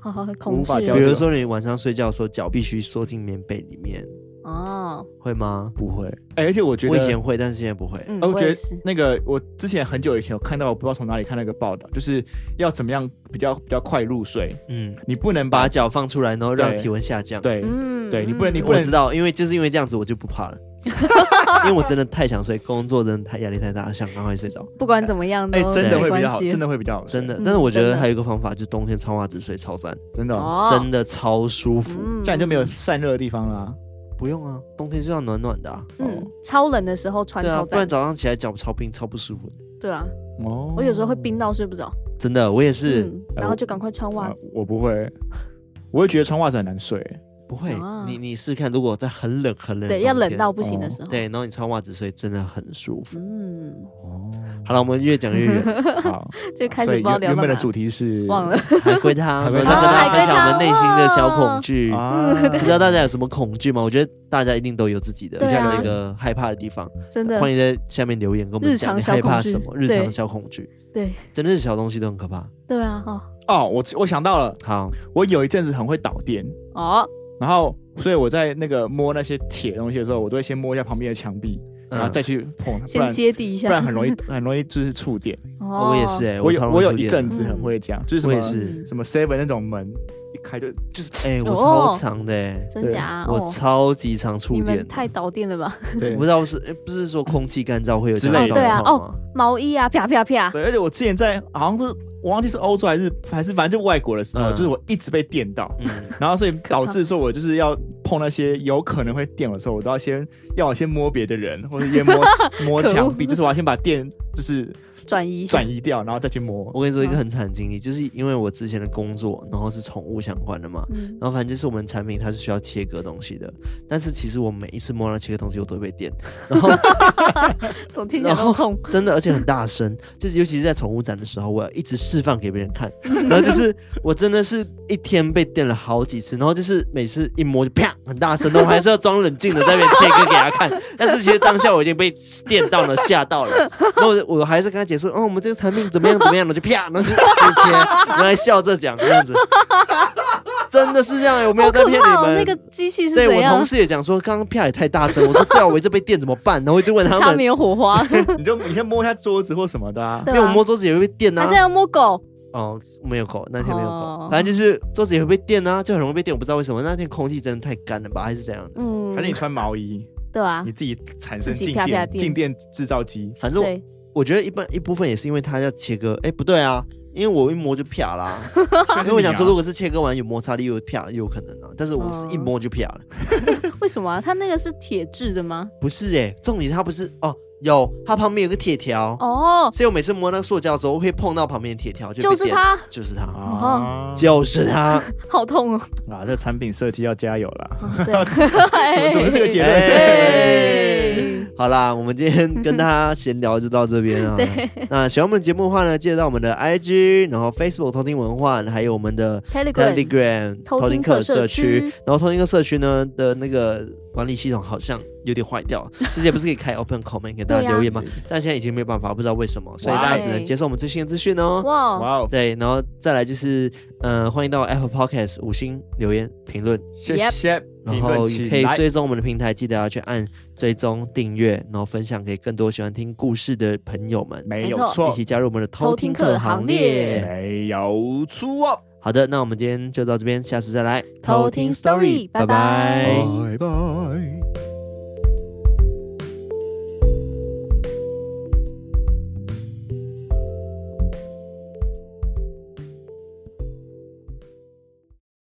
Speaker 2: 好好恐
Speaker 3: 无法
Speaker 2: 惧
Speaker 3: 交
Speaker 1: 比
Speaker 3: 流
Speaker 1: 如说你晚上睡觉的时候，脚必须缩进棉被里面，
Speaker 2: 哦，
Speaker 1: 会吗？
Speaker 3: 不会。哎，而且我觉
Speaker 1: 我以
Speaker 3: 得
Speaker 1: 前，会，但是现在不会。
Speaker 2: 嗯，
Speaker 3: 呃我觉
Speaker 2: 也
Speaker 3: 得
Speaker 2: 是，
Speaker 3: 那个我之前很久以前有看到，我不知道从哪里看到一个报道，就是要怎么样比较比较快入睡，
Speaker 1: 嗯，
Speaker 3: 你不能
Speaker 1: 把
Speaker 3: 把
Speaker 1: 脚放出来，然后让
Speaker 3: 对
Speaker 1: 体温下降。，
Speaker 3: 对
Speaker 2: 嗯
Speaker 3: 对你不能你不
Speaker 1: 我
Speaker 3: 能
Speaker 1: 知道，因为就是因为这样子，我就不 怕了。因为我真的太想睡，工作真的太压力太大，想赶快睡着，
Speaker 2: 不管怎么样都
Speaker 3: 哎，真的
Speaker 2: 没哦
Speaker 3: 会
Speaker 2: 关
Speaker 3: 比较好，
Speaker 2: 系
Speaker 3: 真的会比较好睡，
Speaker 1: 真的
Speaker 2: 嗯。
Speaker 1: 但是我觉
Speaker 2: 真
Speaker 1: 得
Speaker 2: 的
Speaker 1: 还有一个方法，就是冬天穿袜子睡，超赞，
Speaker 3: 真的哦，
Speaker 2: 哦，
Speaker 1: 真的超舒服。
Speaker 2: 嗯
Speaker 3: 这样你就没有散热的地方啦。
Speaker 1: 不用啊，冬天就要暖暖的啊。
Speaker 2: 嗯，超冷的时候穿
Speaker 1: 对啊，
Speaker 2: 超
Speaker 1: 不然
Speaker 2: 赞，
Speaker 1: 早上起来脚超冰，超不舒服。
Speaker 2: 对啊，
Speaker 3: 哦，
Speaker 2: 我有时候会冰到睡不着，
Speaker 1: 真的，我也是、
Speaker 2: 嗯，然后就赶快穿袜
Speaker 3: 啊
Speaker 2: 子。
Speaker 3: 我不会，我会觉得穿袜子很难睡。
Speaker 1: 不会。
Speaker 2: 啊
Speaker 1: 你你试试看，如果在很冷很
Speaker 3: 嗯
Speaker 1: 冷的冬天，
Speaker 2: 对，要冷到不行
Speaker 3: 哦
Speaker 2: 的时候。
Speaker 1: 对，然后你穿袜子睡真的很舒服。
Speaker 2: 嗯，
Speaker 3: 哦，
Speaker 1: 好了，我们越讲越远，
Speaker 3: 好，
Speaker 2: 就开始
Speaker 3: 所以
Speaker 2: 不知道
Speaker 3: 原
Speaker 2: 聊
Speaker 3: 原
Speaker 2: 到
Speaker 3: 本的
Speaker 2: 哪，
Speaker 3: 主题是
Speaker 2: 忘了。
Speaker 1: 海龟汤，我
Speaker 3: 海龟
Speaker 1: 们
Speaker 3: 汤
Speaker 1: 再跟大
Speaker 3: 啊
Speaker 1: 家分享我们内心的小恐惧。
Speaker 3: 啊，
Speaker 1: 嗯不知道大家有什么恐惧吗？我觉得大家一定都有自己的
Speaker 2: 对
Speaker 3: 啊
Speaker 1: 那个害怕的地方，
Speaker 2: 真的
Speaker 1: 欢迎在下面留言跟我们
Speaker 2: 日
Speaker 1: 讲
Speaker 2: 常
Speaker 1: 你
Speaker 2: 小
Speaker 1: 害怕
Speaker 2: 恐惧
Speaker 1: 什么，
Speaker 2: 对
Speaker 1: 日常小恐惧，
Speaker 2: 对
Speaker 1: 真的是小东西都很可怕。
Speaker 2: 对啊，哈
Speaker 3: 哦，我我想到了，
Speaker 1: 好，
Speaker 3: 我有一阵子很会导电，
Speaker 2: 哦，
Speaker 3: 然后所以我在那个摸那些铁的东西的时候，我都会先摸一下旁边的墙壁，然后
Speaker 1: 嗯
Speaker 3: 啊再去碰它，不
Speaker 2: 先
Speaker 3: 然
Speaker 2: 接地一
Speaker 3: 不
Speaker 2: 下。
Speaker 3: 然很容易 很容易就是触电。
Speaker 2: 哦，
Speaker 1: 哦我也是哎，
Speaker 3: 我有
Speaker 1: 超容易
Speaker 3: 我有
Speaker 1: 触
Speaker 3: 一
Speaker 1: 电的
Speaker 3: 阵子很会这样，就是什
Speaker 1: 我也
Speaker 3: 么
Speaker 1: 是
Speaker 2: 嗯
Speaker 3: 什么 seven 那种门一开就就是
Speaker 1: 哎，我
Speaker 2: 哦
Speaker 1: 超长的哎，
Speaker 2: 真假啊？
Speaker 1: 我
Speaker 2: 哦，
Speaker 1: 超级常触
Speaker 2: 你
Speaker 1: 电
Speaker 2: 们，太导电了吧？
Speaker 3: 对
Speaker 1: 我不知道是哎不是说空气干燥会有这
Speaker 3: 之
Speaker 1: 样的
Speaker 3: 类的
Speaker 1: 状
Speaker 2: 哦对啊
Speaker 1: 况吗？
Speaker 2: 毛衣啊，啪啪啪。
Speaker 3: 对，而且我之前在好像是我忘记是欧洲还是还是反正就外国的时候，
Speaker 1: 嗯
Speaker 3: 就是我一直被电到，
Speaker 1: 嗯，
Speaker 3: 然后所以导
Speaker 2: 可怕
Speaker 3: 致说我就是要碰那些有可能会电我的时候，我都要先要我先摸别的人，或者先 摸摸
Speaker 2: 可恶
Speaker 3: 墙壁，就是我要先把电就是
Speaker 2: 转移一下
Speaker 3: 转移掉，然后再去摸。
Speaker 1: 我跟你说一个很惨的经历，就是因为我之前的工作，然后是宠物相关的嘛，
Speaker 2: 嗯，
Speaker 1: 然后反正就是我们产品它是需要切割东西的，但是其实我每一次摸到切割东西，我都会被电， 然后
Speaker 2: 总听起来都痛。
Speaker 1: 真的而且很大声，就是尤其是在宠物展的时候，我要一直示范给别人看，然后就是我真的是一天被电了好几次，然后就是每次一摸就啪很大声，但我还是要装冷静的在那边切割给他看，但是其实当下我已经被电到了，吓到了，然后我就我还是跟他解释，哦，我们这个产品怎么样怎么样的，就啪，然后就直切，然后还笑着讲这样子。真的是这样、欸，我没有
Speaker 2: 好
Speaker 1: 在
Speaker 2: 可
Speaker 1: 骗你
Speaker 2: 怕哦！
Speaker 1: 们。
Speaker 2: 那个机器是
Speaker 1: 对
Speaker 2: 怎
Speaker 1: 我
Speaker 2: 样
Speaker 1: 同？事也讲说，刚刚啪也太大声，我说对啊，我一直被电怎么办？然后我一直问他
Speaker 2: 下面
Speaker 1: 们，
Speaker 2: 有火花，
Speaker 3: 你就你先摸一下桌子或什么的啊。
Speaker 1: 因
Speaker 2: 对
Speaker 1: 为我
Speaker 2: 吧？
Speaker 1: 摸桌子也会被电
Speaker 2: 还
Speaker 1: 啊
Speaker 2: 是。要摸狗？
Speaker 1: 哦，没有狗，那天没有狗
Speaker 2: 哦，
Speaker 1: 反正就是桌子也会被电啊，就很容易被电，我不知道为什么。那天空气真的太干了吧，还是怎样的？
Speaker 2: 嗯
Speaker 3: 还，是你穿毛衣，
Speaker 2: 对啊吧
Speaker 3: 你？自己产生
Speaker 2: 自己
Speaker 3: 静
Speaker 2: 啪啪
Speaker 3: 电
Speaker 2: 电
Speaker 3: 静电制 造机。
Speaker 1: 反正我
Speaker 2: 对，
Speaker 1: 我觉得一般一部分也是因为它要切割，哎，不对啊，因为我一摸就啪啦。 所以我想说，如果是切割完有摩擦力又啪，有可能啊。但是我是
Speaker 2: 哦
Speaker 1: 一摸就啪了，
Speaker 2: 为什么啊？它那个是铁质的吗？
Speaker 1: 不是哎，重点它不是哦，有它旁边有个铁条，
Speaker 2: 哦，
Speaker 1: 所以我每次摸那个塑胶的时候，我会碰到旁边的铁条，就被
Speaker 2: 就是
Speaker 1: 电
Speaker 2: 它，
Speaker 1: 就是它，
Speaker 2: 哦
Speaker 3: 啊，
Speaker 1: 就是它。
Speaker 2: 好痛哦！
Speaker 3: 啊，这产品设计要加油啦！
Speaker 2: 对，怎
Speaker 3: 怎么是这个结论？
Speaker 2: 哎对，
Speaker 1: 好啦，我们今天跟大家闲聊就到这边 啊。那喜欢我们节目的话呢，记得到我们的 IG，然后 Facebook 偷听文化，还有我们的
Speaker 2: Telegram
Speaker 1: Telegram
Speaker 2: 偷听
Speaker 1: 客
Speaker 2: 客
Speaker 1: 社
Speaker 2: 社
Speaker 1: 区
Speaker 2: 区。
Speaker 1: 然后偷听客社区呢的那个管理系统好像有点坏 掉，之前不是可以开 Open Comment 给大
Speaker 2: 对
Speaker 1: 家
Speaker 2: 啊
Speaker 1: 留言吗？但现在已经没有办法，不知道为什么，所以大家只能接受我们最新的资讯哦。
Speaker 2: 哇，
Speaker 3: 哇哦，
Speaker 1: 对，然后再来就是，呃，欢迎到 Apple Podcast 五星留言评论。
Speaker 3: 谢谢
Speaker 1: 然
Speaker 3: 评
Speaker 1: 后
Speaker 3: 论
Speaker 1: 也
Speaker 3: 起
Speaker 1: 可以
Speaker 3: 来。
Speaker 1: 追踪我们的平台，记得要去按追踪订阅，然后分享给更多喜欢听故事的朋友们，
Speaker 3: 没
Speaker 2: 没
Speaker 3: 有
Speaker 2: 错
Speaker 1: 一
Speaker 3: 错，
Speaker 1: 起加入我们的偷听客行
Speaker 2: 偷听客行
Speaker 1: 列。
Speaker 3: 没有错。
Speaker 1: 好的，那我们今天就到这边，下次再来
Speaker 3: 哎
Speaker 2: 偷听 story，拜拜
Speaker 1: 拜
Speaker 3: 拜。